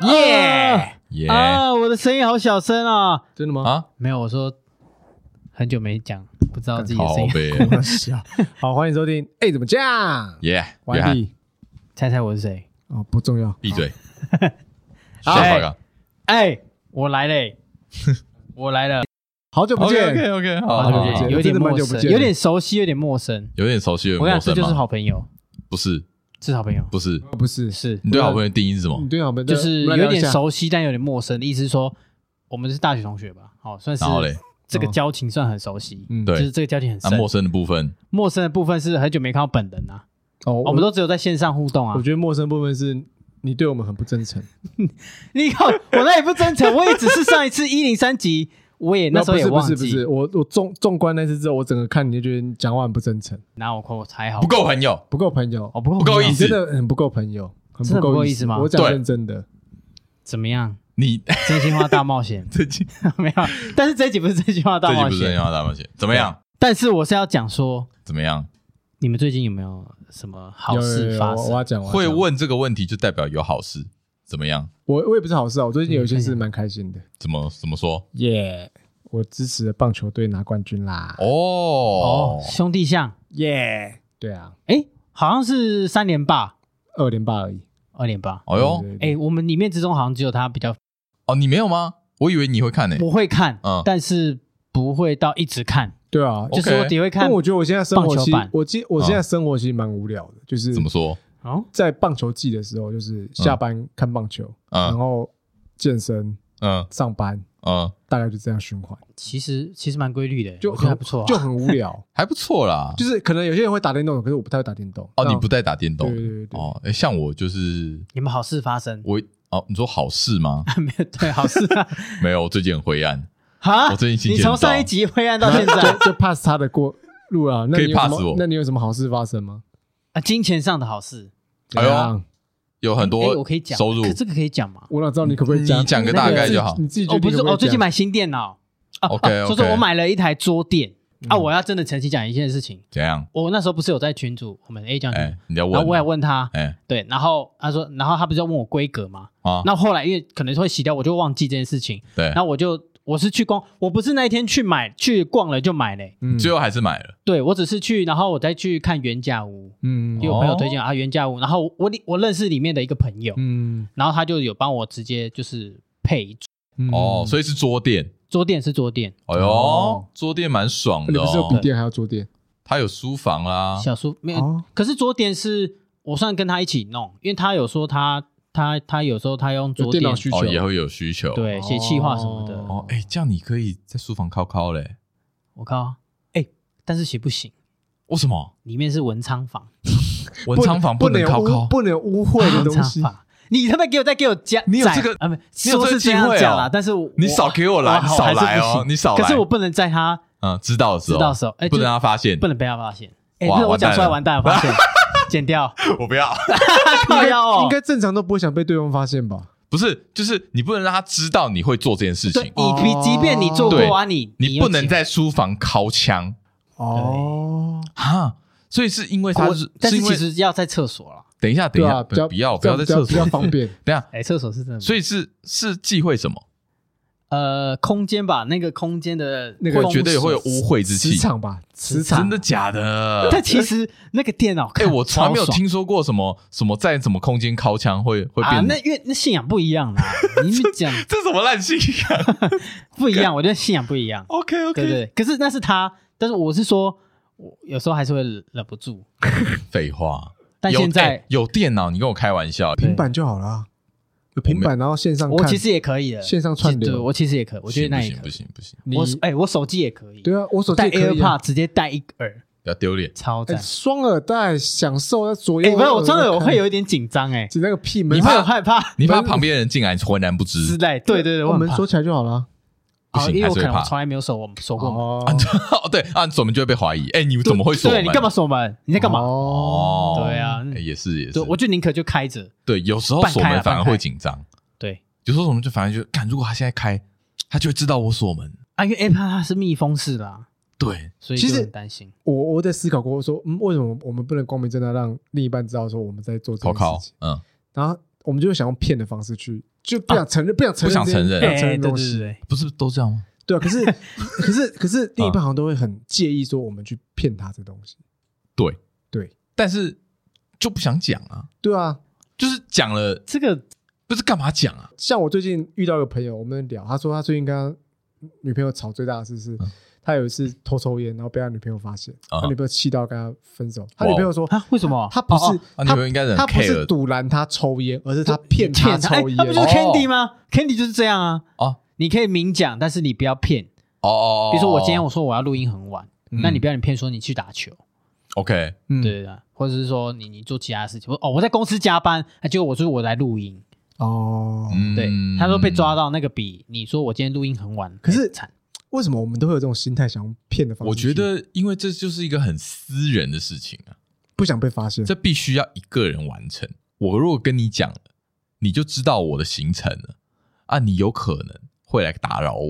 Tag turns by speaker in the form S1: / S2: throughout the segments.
S1: 嗯啊
S2: 的声音好小声啊！
S1: 真的 吗？
S3: 啊，
S2: 没有，我说很久没讲，不知道自己的
S3: 好
S2: 声 音。
S3: 呗，
S1: 笑。啊好，欢迎收听。哎，怎么这样？
S3: 耶，约
S1: 完
S3: 翰，
S1: 毕。
S2: 猜猜我是谁？
S1: 哦，不重要。
S3: 闭嘴，
S2: 好
S3: 吓死了。
S2: 哎、我来嘞、我来了，
S1: 好久不
S3: OK
S1: 见。
S3: OK OK，好，
S2: 啊
S1: 好久不
S3: 好
S1: 见
S3: 好
S2: 有点
S1: 真的蛮
S2: 陌
S1: 久不
S2: 生，
S1: 见
S2: 有点熟悉，有点陌生。
S3: 有点熟悉，有
S2: 我跟
S3: 点
S2: 你
S3: 陌
S2: 讲，这
S3: 生
S2: 就是
S3: 吗？
S2: 好朋友，
S3: 不是，
S2: 这是好朋友，
S3: 不是，
S1: 哦不是，
S2: 是
S3: 你对好朋友的定义是什么
S1: 你？对好朋友
S2: 就是
S1: 我们来
S2: 有
S1: 聊一
S2: 点
S1: 下
S2: 熟悉，但有点陌生的意思是说，我们是大学同学吧？好，算是
S3: 然后嘞，
S2: 这个交情算很熟悉，
S1: 嗯
S2: 就是
S3: 对，
S2: 这个交情很
S3: 那
S2: 深。
S3: 陌生的部分，
S2: 陌生的部分是很久没看到本人啊，
S1: 哦，
S2: 我们都只有在线上互动啊
S1: 我。觉得陌生部分是你对我们很不真诚。
S2: 哎你看我那也不真诚，我也只是上一次一零三集，我也那时候
S1: 不
S2: 也
S1: 是不
S2: 忘
S1: 是不
S2: 记
S1: 是，，我我纵纵观那次之后，我整个看你就觉得你讲话很不真诚，
S2: 拿我扣才好
S3: 不，够朋友，
S1: 不够朋友，
S2: 哦不够
S3: 不够
S2: 朋友
S3: 意思
S1: 真的很不够朋友，很
S2: 真的不够
S1: 够
S2: 意思吗
S1: 我讲
S3: 对
S1: 认真的，
S2: 怎么样？
S3: 你
S2: 真心话大冒险
S3: 这期
S2: 没有，但是这一集不是真心话大
S3: 这集
S2: 冒
S3: 不是真
S2: 险，
S3: 要大冒险，怎么样？
S2: 但是我是要讲说，
S3: 怎么样？
S2: 你们最近有没有什么好
S1: 有有
S2: 事
S1: 有，
S2: 发
S1: 我我
S2: 生？
S1: 要讲，我要
S3: 会
S1: 讲
S3: 问这个问题就代表有好事，怎么样？
S1: 我，我也不是好事啊，我最近有一
S2: 嗯
S1: 些
S2: 可以
S1: 事蛮开心的，
S3: 怎么怎么说？
S1: 耶，我支持的棒球队拿冠军啦，
S3: 哦
S2: 哦，，兄弟象，
S1: 耶，对啊，
S2: 哎，好像是三连霸、
S1: 二连霸而已，
S2: 二连霸。
S3: 哦哟，
S1: 对，对对
S2: 哎，我们里面之中好像只有他比较
S3: 哦，你没有吗？我以为你会看呢。
S2: 我会看
S3: 嗯，
S2: 但是不会到一直看，
S1: 对啊，
S2: 就是我只会
S1: 但
S2: 看。
S1: 我觉得我现在生活
S2: 棒球
S1: 期
S2: 版，
S1: 我今我现在生活其实蛮无聊的，就是
S3: 哦怎么说？
S2: 哦，
S1: 在棒球季的时候，就是下班看棒球，然
S3: 嗯
S1: 后健身、
S3: 嗯
S1: 上班，
S3: 嗯，
S1: 大概就这样循环，
S2: 其实其实蛮规律的，
S1: 就
S2: 我觉
S1: 很
S2: 得还不错啊，
S1: 就很无聊。
S3: 还不错啦。
S1: 就是可能有些人会打电动，可是我不太会打电动。
S3: 哦，你
S1: 那
S3: 不再打电动？
S1: 对对对对
S3: 哦，哎，像我就是
S2: 你们好事发生，
S3: 我哦，你说好事吗？
S2: 没有对好事啊，
S3: 没有，我最近很灰暗。
S2: 哈，
S3: 我最近心
S2: 你
S3: 情
S2: 从
S3: 很糟
S2: 上一集灰暗到现
S1: 那
S2: 在
S1: 就就 pass 他的过路啊。那
S3: 可以
S1: 你有什
S3: pass
S1: 么
S3: 我？
S1: 那你有什么好事发生吗？
S2: 啊，金钱上的好事，
S1: 怎样
S3: 哎有很
S2: 哎，
S3: 多
S2: 我可以讲吗，
S3: 收入
S2: 可，这个可以讲吗？
S1: 我哪知道你可不可以
S3: 你讲个大概就好
S1: 你自己
S2: 哦，
S1: 决
S2: 不
S1: 定
S2: 是，
S1: 可可以
S2: 哦，最近
S1: 讲
S2: 买新电脑啊
S3: OK，OK
S2: 说说我买了一台桌垫啊，
S1: 嗯
S2: 我要真的诚心讲一件事情，
S3: 怎样？
S2: 我那时候不是有在群主我们 A 讲群组，
S3: 哎，你要
S2: 然后我也
S3: 问？
S2: 问他，
S3: 哎
S2: 对，然后他说，然后他不是要问我规格吗？
S3: 啊，
S2: 那后来因为可能会洗掉，我就忘记这件事情，
S3: 对
S2: 然，后我就我是去逛，我不是那一天去买去逛了就买嘞、
S1: 嗯
S3: 最后还是买了。
S2: 对我只是去，然后我再去看原价屋，
S3: 哦
S1: 嗯
S2: 因为我朋友推荐、啊原价屋，然后我里我认识里面的一个朋友，
S1: 嗯
S2: 然后他就有帮我直接就是配一桌
S1: 嗯
S3: 哦，所
S1: 以
S3: 以是桌垫。
S2: 桌垫是桌垫，
S3: 哎呦
S1: 哦，
S3: 桌垫蛮爽
S1: 你
S3: 的
S1: 不是有笔
S3: 哦。
S1: 电还要桌垫
S3: 它有书房啦，
S2: 小叔没有，
S1: 哦
S2: 可是桌垫是我算跟他一起弄，因为他有说他他他有时候他用
S1: 有
S2: 桌
S1: 电
S2: 垫
S1: 脑需求
S3: 哦，也会有需求。
S2: 对
S1: 哦
S2: 写气话什么的，
S3: 哦，哎，这样你可以在书房靠靠嘞。
S2: 我靠，哎、但是写不行，
S3: 为什么？
S2: 里面是文昌 房，
S3: 文昌房
S1: 不
S3: 能靠
S1: 有污
S3: 靠？
S1: 不能有污秽的
S2: 文
S1: 东
S2: 昌
S1: 西。
S2: 啊房。你他妈给我再给我加，
S3: 你有
S2: 载
S3: 这个
S2: 啊？不，
S3: 你有
S2: 说
S3: 这个
S2: 是这
S3: 机
S2: 样
S3: 会
S2: 讲
S3: 哦
S2: 啦，但是我
S3: 你少给我来，
S2: 我
S3: 你
S2: 好
S3: 少
S2: 还是
S3: 来
S2: 不
S3: 哦，
S2: 行
S3: 你少来。
S2: 可是我不能在他
S3: 嗯，知道的时候，
S2: 知道的时候哎
S3: 不能让他发现，
S2: 不能被他发现。哎，
S3: 哇
S2: 这我
S3: 完蛋
S2: 讲出来
S3: 了
S2: 完蛋了， 发现剪掉，
S3: 我不要，
S2: 靠腰
S1: 应
S2: 哦。
S1: 该正常都不会想被对方发现吧？
S3: 不是，就是你不能让他知道你会做这件事
S2: 对
S3: 情，
S2: 你
S1: 哦，
S2: 你即便你做过啊，你
S3: 你不能
S2: 在
S3: 在书房敲枪
S1: 哦，
S3: 哈。所以是因为他是，
S2: 但
S3: 是
S2: 是
S3: 因
S2: 其
S3: 为
S2: 实要在厕所了。
S3: 等一下，等
S1: 对
S3: 一
S1: 啊，
S3: 下，
S1: 比
S3: 不
S1: 较
S3: 不要不要在
S1: 这样
S3: 厕
S1: 比较
S3: 所，
S1: 比较方便。
S3: 等一下，
S2: 哎，厕所是真的，
S3: 所
S2: 以
S3: 以是是忌讳什么？
S2: 呃，空间吧，那个空间的
S1: 那个
S2: 风
S3: 绝对
S2: 俗
S3: 会有污秽之
S1: 磁
S3: 气，
S1: 场吧，磁
S2: 场
S3: 真的假的？
S2: 但其实那个电脑，
S3: 哎，
S2: 看
S3: 我从来没有
S2: 超爽
S3: 听说过什么什么在什么空间敲枪会会
S2: 啊，
S3: 变
S2: 那，因为那信仰不一 样啦，啊你们讲
S3: 这什么烂 信仰
S2: 不一样， 我觉得信仰不一样。
S3: ？OK
S2: 对
S3: OK，
S2: 对，可是那是他，但是我是说，我有时候还是会忍忍不住。
S3: 废话，
S2: 但
S3: 有
S2: 现在
S3: 哎有电脑，你跟我开玩笑，
S1: 平板就好了，啊有平板，然后线上看。
S2: 我其实也可以的，
S1: 线上串
S2: 其
S1: 流
S2: 对我其实也可以，我觉得那也
S3: 行
S2: 可
S3: 不
S2: 以。
S3: 行不行不行，
S1: 你
S2: 我哎，我手机也可以，
S1: 对啊，我手机
S2: 带
S1: 也可以啊
S2: AirPod 直接带一耳，
S3: 不要丢脸。
S2: 超
S1: 哎
S2: 赞。
S1: 双耳带享受在左右。
S2: 哎，不是，我真的我会
S1: 有
S2: 有一点紧张，哎，
S1: 那个屁门
S3: 你
S2: 我会
S3: 怕
S2: 有害怕
S3: 你怕旁边人进来浑然不
S2: 之
S3: 知
S2: 类。对对对，
S1: 我
S2: 很
S1: 们
S2: 怕
S1: 锁起来就好了。
S3: 不
S2: 啊，
S3: 行
S2: 因为我
S3: 还
S2: 可
S3: 是会
S2: 能我
S3: 怕
S2: 从来没有手我锁过门，
S1: 哦，
S3: 哦，对，按锁门就会被怀疑。哎，你怎么会锁
S2: 对你
S3: 门？
S2: 干嘛？锁门？你在干嘛？
S1: 哦，
S3: 哦，
S2: 对啊
S3: 哎也是也是
S2: 对，，我就宁可就开着。
S3: 对，有时候
S2: 半开
S3: 锁
S2: 啊
S3: 门反而
S2: 半开
S3: 会紧张，
S2: 对
S3: 有时候锁门就反而就，看如果他现在开，他就会知道我锁门。
S2: 啊，因为 AirPod 它是密封式啦，
S3: 对，
S2: 所以
S1: 其
S2: 就
S1: 实
S2: 很担心。
S1: 我我在思考过，我说嗯，为什么我们不能光明正大让另一半知道说我们在做这
S3: 投
S1: 件
S3: 靠
S1: 事情？，
S3: 嗯，
S1: 然后我们就会想用骗的方式去就不想承认，不想承认，
S3: 啊不想承认
S1: 不想
S3: 哎
S1: 承
S2: 对
S1: 认
S2: 对
S1: 东西。
S2: 对，
S3: 不是都这样吗？
S1: 对啊， 可是可是可是另一
S3: 嗯
S1: 半好像都会很介意说我们去骗他这东西。
S3: 对，
S1: 对
S3: 但是就不想讲啊，
S1: 对啊，
S3: 就是讲了，
S2: 这个
S3: 不是干嘛讲啊？
S1: 像我最近遇到一个朋友，我们聊，他说他最近跟他女朋友吵最大的事是
S3: 嗯，
S1: 他有一次偷抽烟，然后被他女朋友发现，
S3: 啊
S1: 他女朋友气到跟他分手。他
S3: 哇哦
S1: 女朋友说
S2: 啊为什么
S1: 他不是
S2: 哦
S3: 啊，女朋友应该是很
S1: 他不是
S3: care
S1: 阻拦他抽烟，而是他骗他
S2: 骗他，哎
S1: 抽烟
S2: 那。不就是
S3: 哦
S2: Candy 吗？Candy 就是这样啊，
S3: 哦
S2: 你可以明讲，但是你不要骗。
S3: 哦哦。
S2: 比如说我今天我说我要录音很晚，
S3: 嗯
S2: 那你不要你骗说你去打球，
S3: OK，
S1: 嗯
S2: 对啊，或者是说你你做其他事情，我哦我在公司加班，啊结果我说我来录音，
S1: 哦，
S3: 嗯
S2: 对，他说被抓，到那个比你说我今天录音很晚，
S1: 可是
S2: 哎惨，
S1: 为什么我们都会有这种心态，想用骗的方式？
S3: 我觉得因为这就是一个很私人的事情啊，
S1: 不想被发现。
S3: 这必须要一个人完成。我如果跟你讲了，你就知道我的行程了啊，你有可能会来打扰我，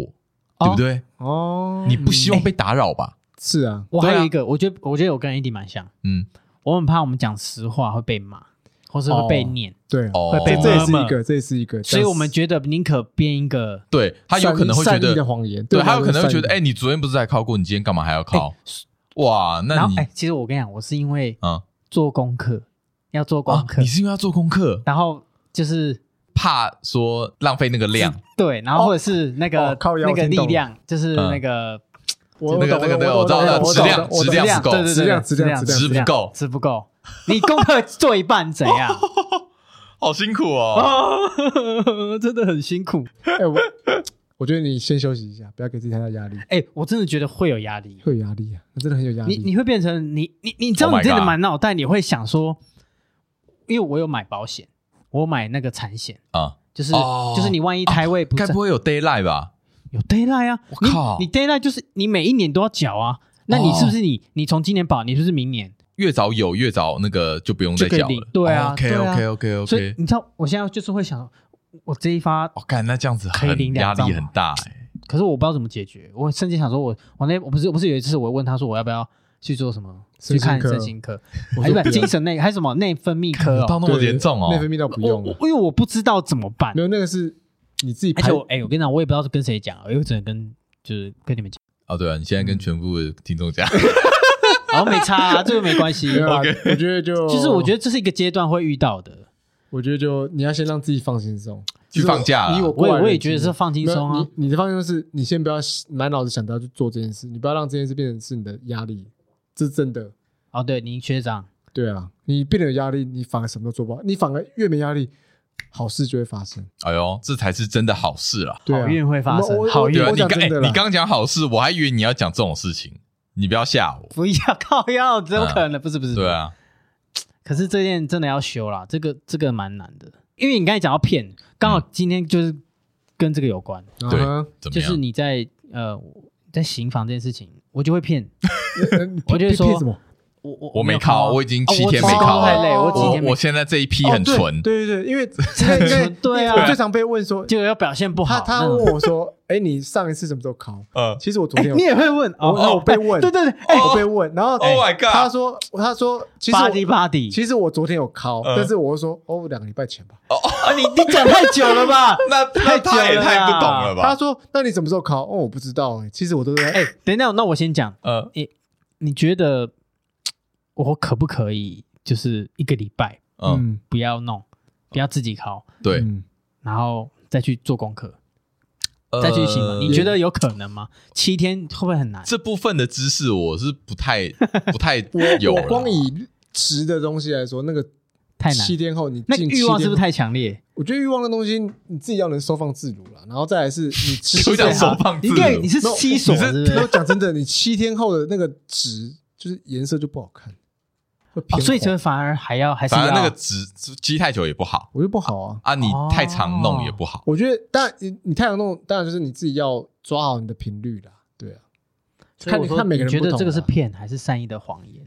S3: 对不
S2: 哦？
S3: 对？
S1: 哦，
S3: 你不希望被打扰吧？
S1: 是啊，
S2: 我还
S3: 对
S2: 有
S3: 啊
S2: 一个，我觉得我觉得我跟 Andy 蛮像，
S3: 嗯，
S2: 我很怕我们讲实话会被骂，或是会被
S3: 哦
S2: 念，
S1: 对啊，
S3: 哦，
S2: 被
S1: 这这也是一
S2: 妈
S1: 个，这也是一个，
S2: 所以我们觉得宁可编一个
S3: 对他有可能会觉
S1: 善意
S3: 得
S1: 的谎言，啊
S3: 对，
S1: 我
S3: 他有
S1: 们
S3: 可能会觉得，
S1: 善意
S3: 哎、你昨天不是在靠过，你今天干嘛还要靠？哇，那
S2: 哎然后
S3: 你
S2: 哎、其实我跟你讲，我是因为
S3: 啊
S2: 做功课，要做
S3: 啊
S2: 功，课，
S3: 你是因为要做功课，
S2: 然后就是
S3: 怕说浪费那个量，
S2: 对，然后或者是那个、
S1: 哦靠腰
S2: 那个
S1: 我听
S2: 力
S1: 懂了
S2: 量，就是那个、
S1: 我
S3: 那个那个那个我知道那个嗯啊质量质
S2: 质
S3: 量
S2: 量，
S3: 不够
S2: 对对对，
S1: 质量
S2: 质
S1: 质量质量
S2: 质量
S3: 不够
S2: 质不够。你功课做一半怎样？
S3: 好辛苦 哦。
S2: 啊， 真的很辛苦。
S1: 哎、我我觉得你先休息一下，不要给自己太大压力，
S2: 哎、我真的觉得会有压力。
S1: 会有压力啊，真的很有压
S2: 你
S1: 力。
S2: 你会变成你你你知道
S3: Oh my
S2: 你真的
S3: God
S2: 满脑袋，你会想说，因为我有买保险，我买那个产险，
S3: 啊，
S2: 就是、
S3: 哦啊
S2: 就是你万一胎位不
S3: 该
S2: 在，
S3: 不会有 d a y l i g h t 吧？
S2: 有 d a y l i g h t 啊！
S3: 我靠哦
S2: 你你 d a y l i g h t 就是你每一年都要缴啊。那你是不是你、你从今年保，你是不是明年？
S3: 越早有越早那个就不用再
S2: 就可以
S3: 缴
S2: 领
S3: 了。
S2: 对啊
S3: o k
S2: 对啊
S3: OK OK
S2: 所以
S3: OK。
S2: 你知道，我现在就是会想，我这一发，
S3: 我干，那这样子
S2: 可以领
S3: 很
S2: 两
S3: 压
S2: 张
S3: 力
S2: 吗
S3: 很大哎。
S2: 可是我不知道怎么解决。我甚至想说我，我那我不是我不是有一次我问他说我要不要去做什么，去
S1: 身心
S2: 看
S1: 科
S2: 身心科，
S1: 我
S2: 还
S1: 说
S2: 是
S1: 不要
S2: 精神内还是什么内分泌科、
S3: 到
S2: 哦？
S3: 那么严重哦
S1: 内，分泌倒不
S2: 我
S1: 用
S2: 我
S1: 了，
S2: 因为我不知道怎么办
S1: 没，有那个是你自己
S2: 而
S1: 拍
S2: 且我，哎、我跟你讲，我也不知道是跟谁讲，我又只能跟就是跟你们讲，
S3: 哦，对啊，你现在跟全部的听众讲，
S2: 然后没差、啊，这个没关系
S1: 没。有啦
S3: OK
S1: 我觉得就
S2: 就是我觉
S1: 得，
S2: 得这是一个阶段会遇到的，
S1: 我觉得就你要先让自己放轻松，
S3: 去放假
S1: 就是
S3: 啦
S1: 以我
S2: 我
S1: 过
S2: 也
S1: 来人
S2: 我也觉得是放轻
S1: 经验
S2: 松
S1: 没
S2: 啊
S1: 有。你你的放轻松是你先不要满脑子想到去做这件事，你不要让这件事变成是你的压力，这是真的。
S2: 哦，对，您学长，
S1: 对啊，你变得有压力，你反而什么都做不好，你反而越没压力，好事就会发生。
S3: 哎呦，这才是真的好事啦。
S1: 对啊，
S2: 好运会发生
S1: 我我
S2: 好运
S3: 对啊，
S1: 我
S3: 你
S1: 讲
S3: 刚哎
S1: 真的啦
S3: 你刚讲好事，我还以为你要讲这种事情，你不要吓我。
S2: 不要靠药，怎么可能？不是不是，
S3: 对。啊，
S2: 可是这件真的要修啦，这个这个蛮难的，因为你刚才讲到骗，刚好今天就是跟这个有关，
S3: 对
S1: 啊哈
S3: 嗯怎么
S2: 就
S3: 样？
S2: 是你在呃在刑房这件事情，我就会骗，
S1: 嗯
S2: 我就会说
S1: 骗什么？
S2: 我我
S3: 我没
S2: 有
S3: 考
S2: 啊
S3: 我已经
S2: 哦
S3: 七天
S2: 我
S1: 没
S2: 工作
S1: 考
S2: 太
S1: 了
S2: 累，我
S3: 我
S2: 几天没
S3: 我，现在这一批
S1: 哦
S3: 很
S1: 对
S3: 纯，
S1: 对对对， 因为
S2: 很 纯
S1: 因为
S2: 对啊
S1: 我最常被问说，
S2: 就要表现不
S1: 他
S2: 好。嗯
S1: 他
S2: 那
S1: 问
S2: 种
S1: 我说， 哎，你上一次什么时候考？
S3: 呃，
S1: 其实我昨
S2: 哎
S1: 天有
S2: 你也会问
S1: 我
S2: 哦，
S1: 我被问
S2: 哎对对对，哎
S1: 我被问，然后
S3: Oh my god
S1: 他说他说其实我
S2: ，body body，
S1: 其实我昨天有考，
S3: 嗯
S1: 但是我就说哦，两个礼拜前吧。
S2: 啊你你讲太久了 吧？
S3: 那那
S2: 太久
S3: 他也
S2: 了
S3: 太不
S2: 啦
S3: 懂了
S1: 他
S3: 吧？
S1: 说那你什么时候考？哦，我不知道哎，其实我都在
S2: 哎，等一下，那我先讲，
S3: 呃，
S2: 你觉得我可不可以就是一个礼拜
S3: 嗯，
S2: 不要弄，不要自己考，
S3: 对，
S1: 哎嗯
S2: 然后再去做功课，再去行吗？
S3: 呃
S2: 你觉得有可能吗？七天会不会很难？
S3: 这部分的知识我是 不太不太有
S1: 我
S3: 啦，
S1: 光以值的东西来说，那个
S2: 太难
S1: 七。天后你
S2: 那个
S1: 进
S2: 欲望是
S1: 七天
S2: 不是
S1: 后？
S2: 太强烈？
S1: 我觉得欲望的东西你自己要能收放自如了，
S2: 嗯
S1: 然后再来是你吃
S3: 有点
S1: 对啊
S3: 手放自
S2: 你
S3: 如
S2: 对你是
S1: 那我
S2: 七所
S3: 你是
S2: 是不
S1: 然后
S2: 是？
S1: 讲真的，你七天后的那个值，就是颜色就不好看，会偏
S2: 哦
S1: 红、
S2: 所以这反而还要还是
S3: 反
S2: 要
S3: 而那个值积太久也不好
S1: 我觉得不好啊。
S3: 啊，你
S2: 哦
S3: 太常弄也不好。
S1: 我觉得，当然你你太阳那种，当然就是你自己要抓好你的频率啦。对啊，
S2: 所以我
S1: 看
S2: 说
S1: 看每个人
S2: 你觉
S1: 不
S2: 得
S1: 同
S2: 这个是
S1: 啊
S2: 骗还是善意的谎言？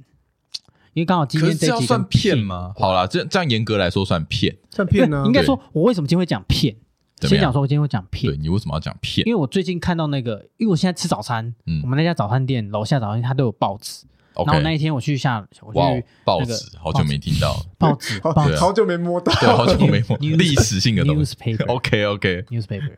S2: 因为刚好今
S3: 可
S2: 天
S3: 是这
S2: 这
S3: 要
S2: 集
S3: 算
S2: 跟
S3: 骗？吗？好啦，这这样严格来说算骗。
S1: 算
S2: 对
S1: 骗呢、啊
S2: 应该
S3: 对
S2: 说，我为什么今天会讲骗？
S3: 怎么
S2: 先
S3: 样
S2: 讲说，我今天会讲骗
S3: 对。你为什么要讲骗
S2: 因？为我最近看到那个，因为我现在吃早餐，
S3: 嗯
S2: 我们那家早餐店楼下早餐店它都有报纸，然后那
S3: OK，
S2: 一天我去下，我
S3: 哇哦
S2: 去，
S3: 报
S2: 那个
S3: 纸好久没听到了，
S2: 报 纸
S1: 好
S2: 报
S3: 对啊
S1: 好久没摸到，
S3: 对，好久 没有
S2: News-
S3: 历史性的 东西。
S2: newspaper
S3: OK OK，
S2: newspaper，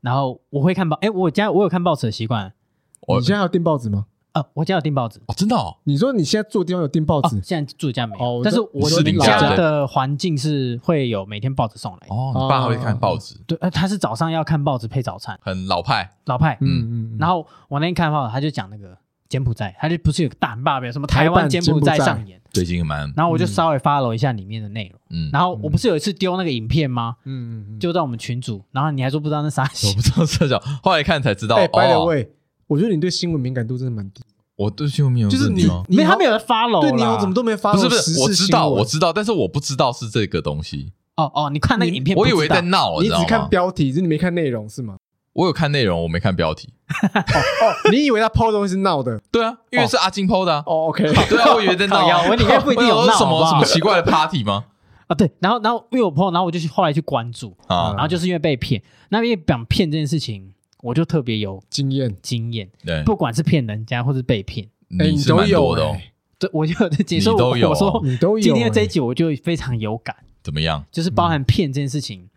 S2: 然后我会看报，哎，我家我有看报纸的习惯，
S3: 我
S1: 你现在还有订报纸吗？
S2: 啊，我家有订报纸，
S3: 哦，真的哦，
S1: 你说你现在住的地方有订报
S2: 哦
S1: 纸，？
S2: 现在住家没
S1: 哦
S2: 有，但是我
S3: 是邻
S1: 家
S2: 家
S3: 的
S2: 的环境是会有每天报纸送来。
S3: 哦，你爸会看报纸，
S2: 对，呃，他是早上要看报纸配早餐，
S3: 很老派。
S2: 老派。
S1: 嗯嗯，
S2: 然
S1: 后
S2: 后我那天看报纸，他就讲那个柬埔寨，他就不是有个大很大标什么
S1: 台
S2: 台湾
S1: 版
S2: 柬
S1: 柬
S2: 埔
S1: 埔
S2: 寨
S1: 寨嗯
S2: 上演，
S3: 最近蛮
S2: 然后我就稍微 follow 一下里面的内容。
S3: 嗯，
S2: 然后我不是有一次丢那个影片吗？
S1: 嗯嗯嗯，
S2: 就在我们群组，然后你还说不知道那啥
S3: 我 不知道社交，后来看才知道。
S1: 哎，by the
S3: 哦，
S1: way，我觉得你对新闻敏感度真的蛮低，
S3: 我对新闻没有
S1: 就是
S3: 认
S1: 你
S3: 知吗？
S1: 你
S2: 没有他
S1: 好
S2: 没有人 follow，
S1: 对
S2: 啦
S1: 你我怎么都没发，
S3: 不是不是，我知道我
S1: 知
S3: 知道，但是我不知道是这个东西，
S2: 哦哦，你看那个影片不
S3: 我
S2: 知
S3: 以
S2: 道，
S3: 为在闹，
S1: 你
S3: 知道啊
S1: 只看
S3: 吗？
S1: 标题，是你没看内容是吗？
S3: 我有看内容，我没看标题。
S1: 哦，你以为他抛的东西是闹的？
S3: 对啊，因为是阿金 PO 的啊。
S1: 哦，OK，
S3: 对啊，我以为在闹
S2: 靠
S3: 啊。
S2: 腰我里面不一 定有闹
S3: 我想说什
S2: 好不
S3: 么
S2: 好
S3: 什么奇怪的 party 吗？
S2: 啊，对，然后然后因为我朋友，然后我就去后来去关注，
S3: 啊
S2: 然，后就是因为被骗，那因为讲骗这件事情，我就特别有
S1: 经验，
S2: 经验，
S3: 对，
S2: 不管是骗人家或是被骗，
S1: 哎，
S3: 你
S1: 你
S3: 是
S1: 都
S3: 蛮
S1: 有
S3: 多的哦
S1: 哎。
S2: 对我就有这经验，
S3: 你
S2: 所以我
S3: 都有啊嗯
S2: 我 说
S1: 你都有，
S2: 今天这一
S1: 哎
S2: 集我就非常有感，
S3: 怎么样？
S2: 就是包含骗这件事情，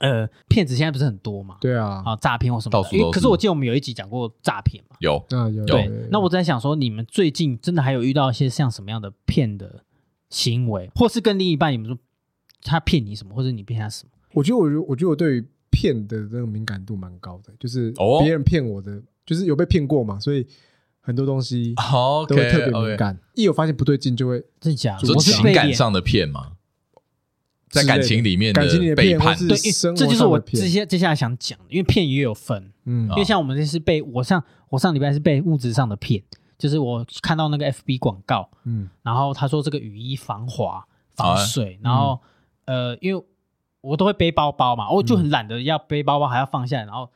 S2: 呃，骗子现在不是很多嘛，
S1: 对啊，
S2: 啊，诈骗或什么
S3: 到
S2: 的，
S3: 处
S2: 因
S3: 都
S2: 为可
S3: 是
S2: 是我记得我们有一集讲过诈骗嘛，
S3: 有
S1: 那啊有
S2: 对
S1: 有有，
S2: 那我在想说，你们最近真的还有遇到一些像什么样的骗的行为，或是跟另一半你们说他骗你什么，或者你骗他什么？
S1: 我觉得我我觉得我对于骗的那个敏感度蛮高的，就是
S3: 哦
S1: 别人骗我的，就是有被骗过嘛，所以很多东西
S3: 哦
S1: 都会
S3: ，OK
S1: 特别敏
S3: OK。
S1: 感。一有发现不对劲，就会
S2: 真假
S3: 你
S2: 的？
S3: 说
S2: 我是
S3: 情
S2: 被
S3: 感
S2: 骗
S3: 上的骗吗？在
S1: 之类
S3: 感
S1: 的
S3: 情里面
S1: 感情里的
S3: 背
S1: 骗
S3: 叛
S1: 或，是
S2: 对，
S1: 生
S2: 因
S1: 活
S2: 这就是
S1: 上的
S2: 我
S1: 骗
S2: 接下接下来想讲的，因为骗也有分，
S1: 嗯
S3: 啊
S2: 因为像我们这是被我上我上礼拜是被物质上的骗，就是我看到那个 FB 广告，
S1: 嗯
S2: 然后他说这个雨衣防滑防
S3: 哎
S2: 水，然后呃，因为我都会背包包嘛，哦我就很懒得要背包包还要放下来，然后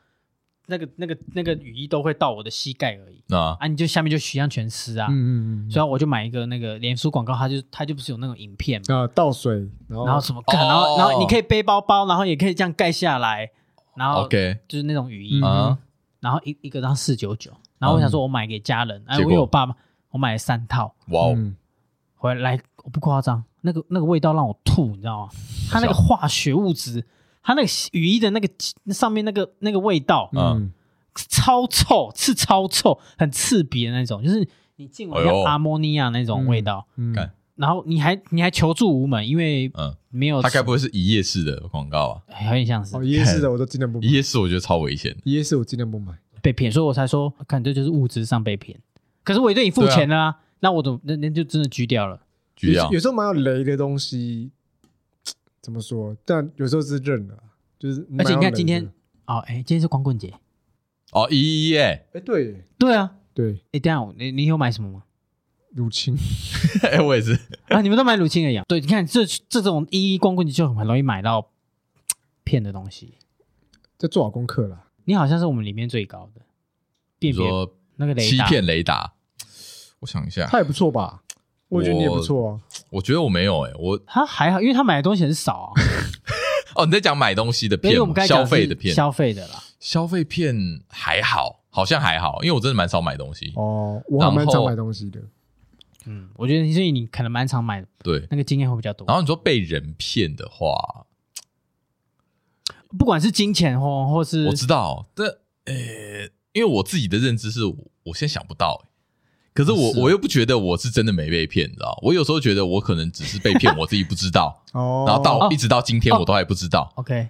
S2: 那个那个那个雨衣都会到我的膝盖而已
S3: 啊
S2: 啊，你就下面就血样全湿啊
S1: 嗯，嗯嗯
S2: 所以我就买一个那个脸书广告，它就它就不是有那种影片嘛。
S1: 嗯啊倒水，然
S3: 哦
S1: 后
S2: 然后什么干，然后然后你可以背包包，然后也可以这样盖下来，然后
S3: ，OK
S2: 就是那种雨衣，
S3: 啊，
S2: 然后一一个当四九九，然后我想说我买给家人，哎，
S3: 嗯结
S2: 我
S3: 果
S2: 有我爸妈，我买了三套
S3: 哇哦，
S1: 嗯
S2: 回来，我不夸张，那个那个味道让我吐，你知道吗？它那个化学物质，它那个雨衣的那个那上面那个那个味道
S3: 嗯
S1: 嗯
S2: 超臭，是超臭，很刺鼻的那种，就是你进闻
S3: 哎呦
S2: 像阿莫尼亚那种味道，
S1: 嗯
S3: 干
S2: 然后你还你还求助无门，因为
S3: 嗯，
S2: 没有
S3: 他该不会是一夜式的广告啊？
S2: 哎有点像是
S1: 哦夜市的我都尽量不买
S3: 一，夜式我觉得超危险的，
S1: 夜市我尽量不买。
S2: 被骗，所以我才说，看这就是物质上被骗。可是我也对你付钱了、啊，那我怎么那那就真的狙掉了？
S3: 举例啊
S1: 有有时候蛮有雷的东西，怎么说？但有时候是认了，就是蛮有
S2: 而且你
S1: 雷
S2: 看
S1: 的
S2: 今天，哦，哎，今天是光棍节，
S3: 哦，一一耶，
S1: 哎，对耶
S2: 对啊，
S1: 对，
S2: 哎，等一下我你你有买什么吗？
S1: 乳清，
S3: 哎， 我也是，
S2: 啊，你们都买乳清而已、啊。对，你看这这种一一光棍节就很容易买到嘖骗的东西。
S1: 在做好功课啦。
S2: 你好像是我们里面最高的
S3: 你
S2: 辨别
S3: 说
S2: 那个雷
S3: 欺
S2: 达，
S3: 骗雷达，我想一下，
S1: 他也不错吧？我觉得你也不错啊。
S3: 我觉得我没有哎，我
S2: 他还好，因为他买的东西很少啊，
S3: 哦，你在讲买东西的
S2: 因
S3: 骗
S2: 为我
S3: 吗，
S2: 们刚才讲
S3: 消
S2: 的
S3: 费
S2: 是
S3: 的骗，
S2: 消费的啦。
S3: 消费骗还好，好像还好，因为我真的蛮少买东西，
S1: 哦，我还蛮
S3: 然后
S1: 常买东西的。
S2: 嗯，我觉得所以你可能蛮常买，
S3: 对。
S2: 那个经验会比较多。
S3: 然后你说被人骗的话，
S2: 不管是金钱或或是
S3: 我知道，但呃，因为我自己的认知是我我现在想不到、欸可是我、
S2: 是啊
S3: 我又不觉得我是真的没被骗，你知道？我有时候觉得我可能只是被骗，我自己不知道，
S1: 哦，
S3: 然后到、
S2: 哦
S3: 一直到今天
S2: 哦
S3: 我都还不知道。
S2: OK，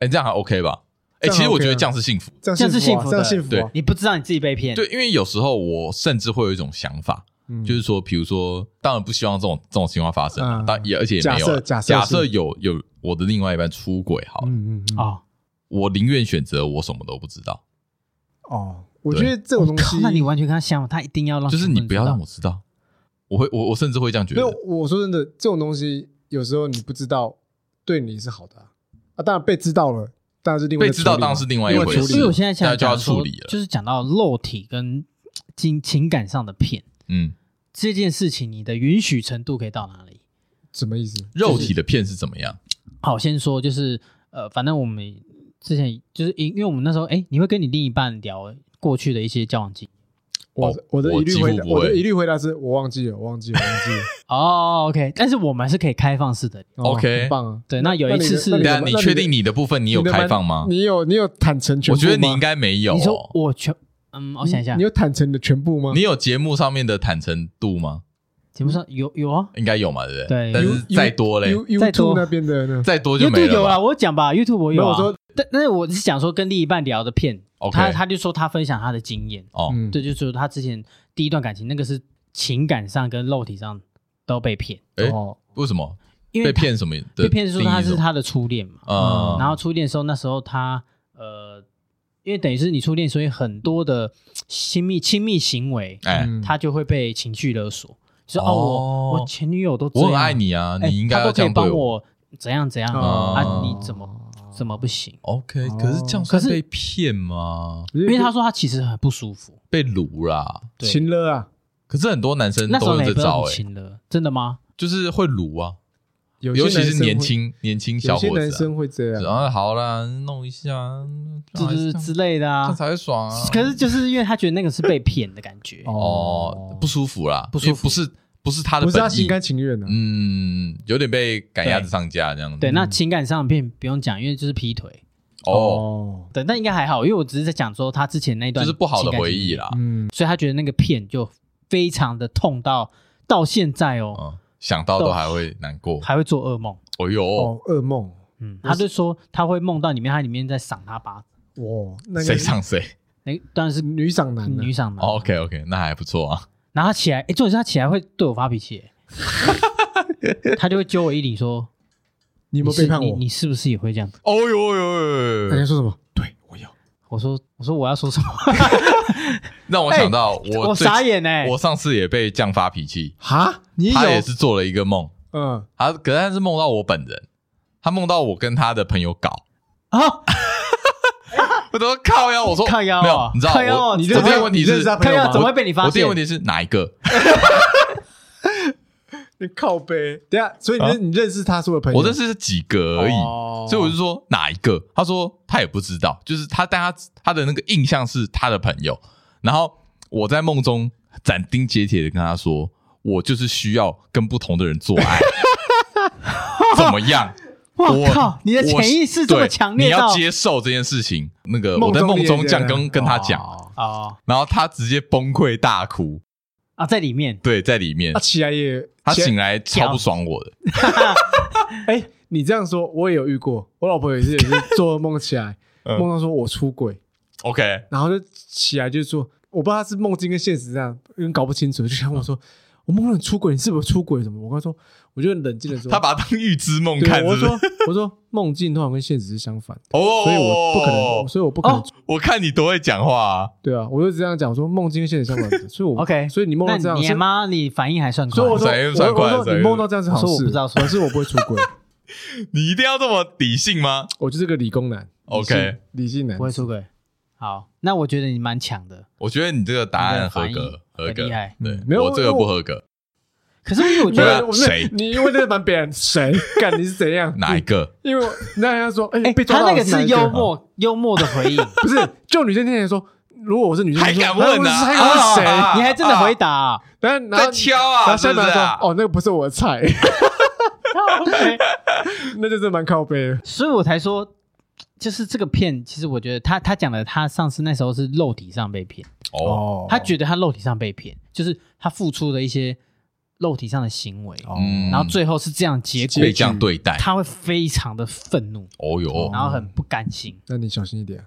S3: 哎、这样还 OK 吧？
S1: 这
S3: 哎、
S1: 样
S3: 其实我
S1: OK 啊
S3: 觉得这样是幸福，
S1: 这样
S2: 这样是
S1: 幸
S2: 幸
S1: 福啊，
S2: 福的
S1: 这样幸福啊。
S2: 你不知道你自己被骗，
S3: 对，，因为有时候我甚至会有一种想法，
S1: 嗯
S3: 就是说，比如说，当然不希望这种这种情况发生啊，
S1: 嗯
S3: 但也而且也没有啊
S1: 假设假设是
S3: 有有我的另外一半出轨，好了，
S1: 嗯嗯嗯
S2: 哦，
S3: 我宁愿选择我什么都不知道，
S1: 哦，我觉得这种东
S2: 哦靠
S1: 西，
S2: 那你完全跟他相反，他一定要
S1: 啊
S2: 让
S3: 就是你不要让
S2: 我
S3: 我知道，我会我我甚至会这样觉
S1: 没
S3: 得
S1: 有。，我说真的，这种东西有时候你不知道，对你是好的啊。啊当然被知道了，当然是另外
S3: 被
S1: 一个
S3: 知道
S1: 处理嘛
S3: 当然是另外一
S1: 另
S3: 回
S1: 外处
S3: 事，
S1: 理
S2: 因为我现在想
S3: 那就要
S2: 讲说
S3: 处理了。
S2: 就是讲到肉体跟情情感上的骗
S3: 嗯，
S2: 这件事情，你的允许程度可以到哪里？
S1: 什么意思？
S3: 肉体的片是怎么样？
S2: 好，先说就是呃，反正我们之前就是因因为我们那时候哎，你会跟你另一半聊过去的一些交往经验，
S1: 我
S3: 哦
S1: 我的一律
S3: 几乎
S1: 回答，
S3: 不
S1: 我的
S3: 会
S1: 一律回答是我忘记了，我忘记了，我忘记了。
S2: 哦，OK，但是我们是可以开放式的。
S1: 哦
S3: OK
S1: 很棒啊！
S2: 对，那有一次是
S1: 那
S3: 等
S1: 你
S3: 一下
S1: 的
S3: 你
S1: 那你
S3: 确
S1: 的
S3: 定你的部分你有
S1: 你的
S3: 开
S1: 蛮
S3: 放吗？
S1: 你有你有坦诚全
S3: 我
S1: 部吗？
S3: 觉得你应该没有
S2: 你说
S3: 哦，
S2: 我全嗯，我
S1: 你
S2: 想一下
S1: 你，有坦诚的全部吗？
S3: 你有节目上面的坦诚度吗？
S2: 节目上有有啊，
S3: 应该有嘛，对不
S2: 对
S3: 但是再多嘞，
S1: ，U
S2: 再
S1: U
S2: 多
S1: Two 那边的呢？
S3: 再多就没
S2: YouTube 有
S3: 了
S2: 啊，
S3: 吧。
S2: 我有讲吧，YouTube 我有
S1: 没有
S2: 啊。
S1: 我说
S2: 但但是我是想说跟另一半聊的片
S3: OK
S2: 他他就说他分享他的经验，
S3: 哦，
S1: 嗯，
S2: 对，就是说他之前第一段感情那个是情感上跟肉体上都被骗，
S3: 诶
S1: 哦，
S3: 为什么
S2: 因为
S3: 被
S2: 他
S3: 骗什么的哦定义
S2: 被
S3: 什
S2: 骗是
S3: 么？
S2: 说他是他的初恋嘛，
S3: 啊，
S2: 然后初恋的时候那时候他呃，因为等于是你初恋，所以很多的亲密亲密行为，
S3: 哎，
S1: 嗯
S2: 他就会被情绪勒索，就说
S3: 哦
S2: 哦我我前女友都这
S3: 我
S2: 样
S3: 很爱你啊，
S2: 哎
S3: 你应该
S2: 她
S3: 要
S2: 都
S3: 这
S2: 可以
S3: 样
S2: 帮
S3: 对我。
S2: 我怎样怎样
S3: 哦
S2: 啊，你怎么怎么不行？
S3: OK，
S1: 哦
S3: 可是这样算
S2: 可是
S3: 被骗吗？
S1: 因
S2: 因为他说他其实很不舒服，
S3: 被掳啦。
S2: 对
S1: 情了啊，
S3: 可是很多男生
S2: 那时
S3: 都
S2: 候
S3: 用
S2: 也
S3: 这
S2: 不知道
S3: 招
S2: 很
S3: 哎、
S2: 亲了，真的吗？
S3: 就是会掳啊，
S1: 有些
S3: 尤其
S1: 男
S3: 是
S1: 生会
S3: 年，轻年轻小
S1: 有些
S3: 伙
S1: 男
S3: 子
S1: 生会这
S3: 啊、
S1: 样。
S3: 然后好啦，弄一下，嗯
S2: 就
S3: 还
S2: 是
S3: 这样
S2: 之类的
S3: 这样
S2: 啊。
S3: 才会爽啊。
S2: 可是就是因为他觉得那个是被骗的感觉，
S3: 哦，不舒服啦，
S2: 不舒服
S3: 因为不是不是他的
S1: 不是他
S3: 本
S1: 心
S3: 意，
S1: 甘情愿的，啊
S3: 嗯，有点被赶鸭子上架这样子。
S2: 对，那情感上的骗不用讲，因为就是劈腿。
S3: 哦，
S1: 哦，
S2: 对，但应该还好，因为我只是在讲说他之前那一
S3: 就
S2: 段
S3: 是不好的
S2: 情感
S3: 回
S2: 经
S3: 忆
S2: 历，
S3: 啦。
S1: 嗯，
S2: 所以他觉得那个骗就非常的痛到到现在哦，
S3: 嗯，想到都还会难过。
S2: 还会做噩梦。
S3: 哎呦，
S1: 哦，噩梦，
S2: 嗯，他就说他会梦到里面，他里面在赏他巴掌，
S1: 哇，那个
S3: 谁上谁
S2: 那当然是
S1: 女赏男啊
S2: 女赏男。
S3: ？OK OK，那还不错啊。
S2: 然后他起来，哎、重点是他起来会对我发脾气、欸他就会揪我衣领说
S1: 你：“有
S2: 你
S1: 没有背
S2: 是
S1: 叛
S2: 你
S1: 我？
S2: 你是不是也会这样
S3: 哦呦呦呦呦
S1: 人家
S2: 嗯
S3: 呦，
S1: 说什么？对我要，？”
S2: 我说：“我说我要说什么？
S3: 让我想到
S2: 我
S3: 我最
S2: 傻眼哎、
S3: 我上次也被这样发脾气，
S1: 哈，你
S3: 他也
S1: 有，
S3: 是做了一个梦，
S1: 嗯，
S3: 他可是他是梦到我本人，他梦到我跟他的朋友搞，
S2: 啊！
S3: 我都靠腰，我说
S2: 靠腰啊
S3: 没有，你知道
S2: 靠腰啊
S3: 我
S2: 你
S3: 我
S2: 认
S3: 第
S2: 识
S3: 一个问题
S1: 你认
S3: 是
S1: 识他朋
S2: 看
S1: 友
S2: 一下
S1: 吗
S2: 怎么会被你发
S3: 我第
S2: 现
S3: 一个问？题是哪一个？
S1: 你靠背，等一下，所以你认、你认识他是我的朋友，
S3: 啊我认识是几个而已，
S1: 哦
S3: 所以我就说哪一个？他说他也不知道，就是他，但他他的那个印象是他的朋友。然后我在梦中斩钉截铁的跟他说，我就是需要跟不同的人做 爱，怎么样？
S2: 我
S3: 我
S2: 靠！你的潜意识这么
S3: 对
S2: 强
S3: 你
S2: 烈
S3: 要
S2: 到
S3: 接受这件事情。那个
S1: 梦
S3: 我在
S1: 中
S3: 梦
S1: 也
S3: 中
S1: 这
S3: 这
S2: 啊
S3: 样
S1: 样
S3: 跟跟他讲，
S1: 哦
S2: 哦
S3: 然后他直接崩溃大哭。
S2: 啊，在里面
S3: 对，在里面
S2: 啊
S1: 他、，起来也，
S3: 他
S1: 起来
S3: 醒来超不爽我的。
S1: 哎、你这样说，我也有遇过，我老婆也 是也是做噩梦起来，
S3: 嗯
S1: 梦到说我出轨，
S3: OK，
S1: 然后就起来就说，我不知道她是梦境跟现实这样，有点搞不清楚，就想我说，我梦到你出轨，你是不是出轨什么？我跟她说，我就很冷静的说，
S3: 他把它当预知梦
S1: 对
S3: 看，是不
S1: 我
S3: 是？
S1: 说我说梦境通常跟现实是相反的，
S3: 哦，
S1: 所以我不可能，所以我不可能，
S2: 哦
S3: 我看你多会讲话啊！
S1: 对啊，我就这样讲，我说梦境跟现实相反的，所以我
S2: OK
S1: 所以你梦
S2: 那
S1: 到这样
S2: 你
S1: 是
S2: 你。妈你反应还算快，
S1: 所以我说，
S3: 闪一闪
S1: 我
S3: 快
S1: 我
S3: 闪
S1: 说
S3: 一
S1: 你梦到这样是好事，
S2: 我说我不知道
S1: 可是我不会出轨，
S3: 你一定要这么理性吗？
S1: 我就是个理工男
S3: OK
S1: 理性理性男
S2: 不，会出轨。好，那我觉得你蛮强的。
S3: 我觉得你这个答案合
S2: 你的
S3: 格，
S2: 反应
S3: 合格
S2: 很厉害，
S3: 对，
S1: 没有
S3: 我这个不合格，
S2: 可是因 为我觉
S3: 对
S2: 得
S3: 啊
S1: 我
S3: 谁
S1: 你因为那个版别谁干你是怎样？
S3: 哪一个？
S1: 因为我那人家说，哎、
S2: 哎、
S1: 被抓
S2: 他
S1: 到
S2: 那个
S1: 哪
S2: 是
S1: 一
S2: 幽，默幽默的 回应，
S1: 不是就女生听起来说，如果我是女生，
S3: 还
S1: 就说
S3: 敢问
S1: 那
S3: 啊
S1: 我是还敢问谁？
S3: 啊
S2: 你还真的回答、啊？
S1: 然后然
S3: 在
S1: 后
S3: 敲
S1: 然
S3: 啊，
S1: 后
S3: 是
S1: 下
S3: 不
S1: 面
S3: 是
S1: 说
S3: 啊？，
S1: 哦，那个不是我的菜， 那就是蛮靠背的。
S2: 所以我才说，就是这个骗，其实我觉得他他讲的，他上次那时候是肉体上被骗，
S3: 哦，
S2: 他觉得他肉体上被骗，就是他付出的一些肉体上的行为，
S1: 哦
S3: 嗯
S2: 然后最后是这样结果，
S3: 被这样对待，
S2: 他会非常的愤怒，
S3: 哦哟，
S2: 然后很不甘心。
S1: 那你小心一点啊，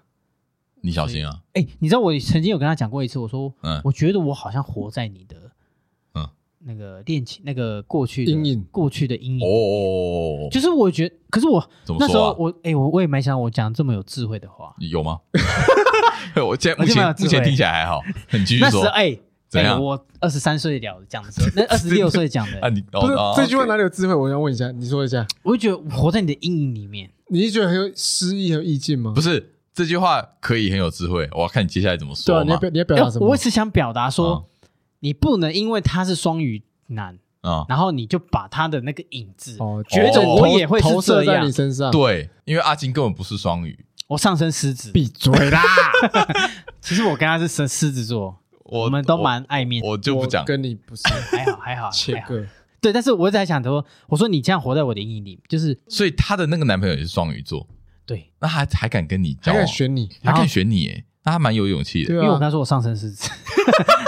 S3: 你小心啊！
S2: 哎、你知道我曾经有跟他讲过一次，我说，
S3: 嗯
S2: 我觉得我好像活在你的，
S3: 嗯
S2: 那个恋情那个过去的
S1: 阴影
S2: 过去的阴影。
S3: 哦，
S2: 就是我觉得，可是我
S3: 怎么
S2: 那时
S3: 说
S2: 候
S3: 啊？
S2: 我哎、我我也没想到我讲这么有智慧的话。
S3: 有吗？我现在目
S2: 我就蛮有
S3: 前
S2: 智慧
S3: 目前听起来还好，你继续
S2: 那时
S3: 说
S2: 候哎，
S3: 怎
S2: 哎
S3: 样
S2: 我二十三岁聊的讲的时候， 那二十六岁讲
S3: 啊，
S2: 的，
S3: 你
S1: 不是
S3: 哦
S1: 这句话哪里有智慧？我想问一下，你说一下，
S2: 我就觉得我活在你的阴影里面。
S1: 你是觉得很有诗意、很有意境吗？
S3: 不
S1: 是，
S3: 是这句话可以很有智慧，我要看你接下来怎么
S1: 对啊，
S3: 说
S1: 你要
S3: 嘛
S1: 表你要表
S2: 哎
S1: 达什么
S2: 我？只想表达
S3: 嗯
S2: 说，你不能因为他是双鱼男，
S3: 啊？
S2: 然后你就把他的那个影子
S1: 哦，
S2: 觉得
S1: 投
S2: 我也会
S1: 投
S2: 是
S1: 射
S2: 这
S1: 在
S2: 样
S1: 你。身上，，
S3: 对，因为阿金根本不是双鱼，
S2: 我上升狮子，
S1: 闭嘴啦！
S2: 其实我跟他是狮狮子座，
S3: 我
S2: 我们都蛮爱面子，
S3: 我，我就不讲
S1: 我。跟你 不是
S2: 还好还好
S1: 切
S2: 还哎好。
S1: 割，
S2: 对，但是我在想说，我说你这样活在我的阴影里，就是
S3: 所以她的那个男朋友也是双鱼座，
S2: 对，
S3: 那还还敢跟你交
S1: 还
S3: 往
S1: 敢？选你？
S3: 还
S2: 然后
S3: 敢选你？哎，那他蛮有勇气的。
S1: 对
S2: 因为我
S1: 啊
S2: 刚，才说我上身是指，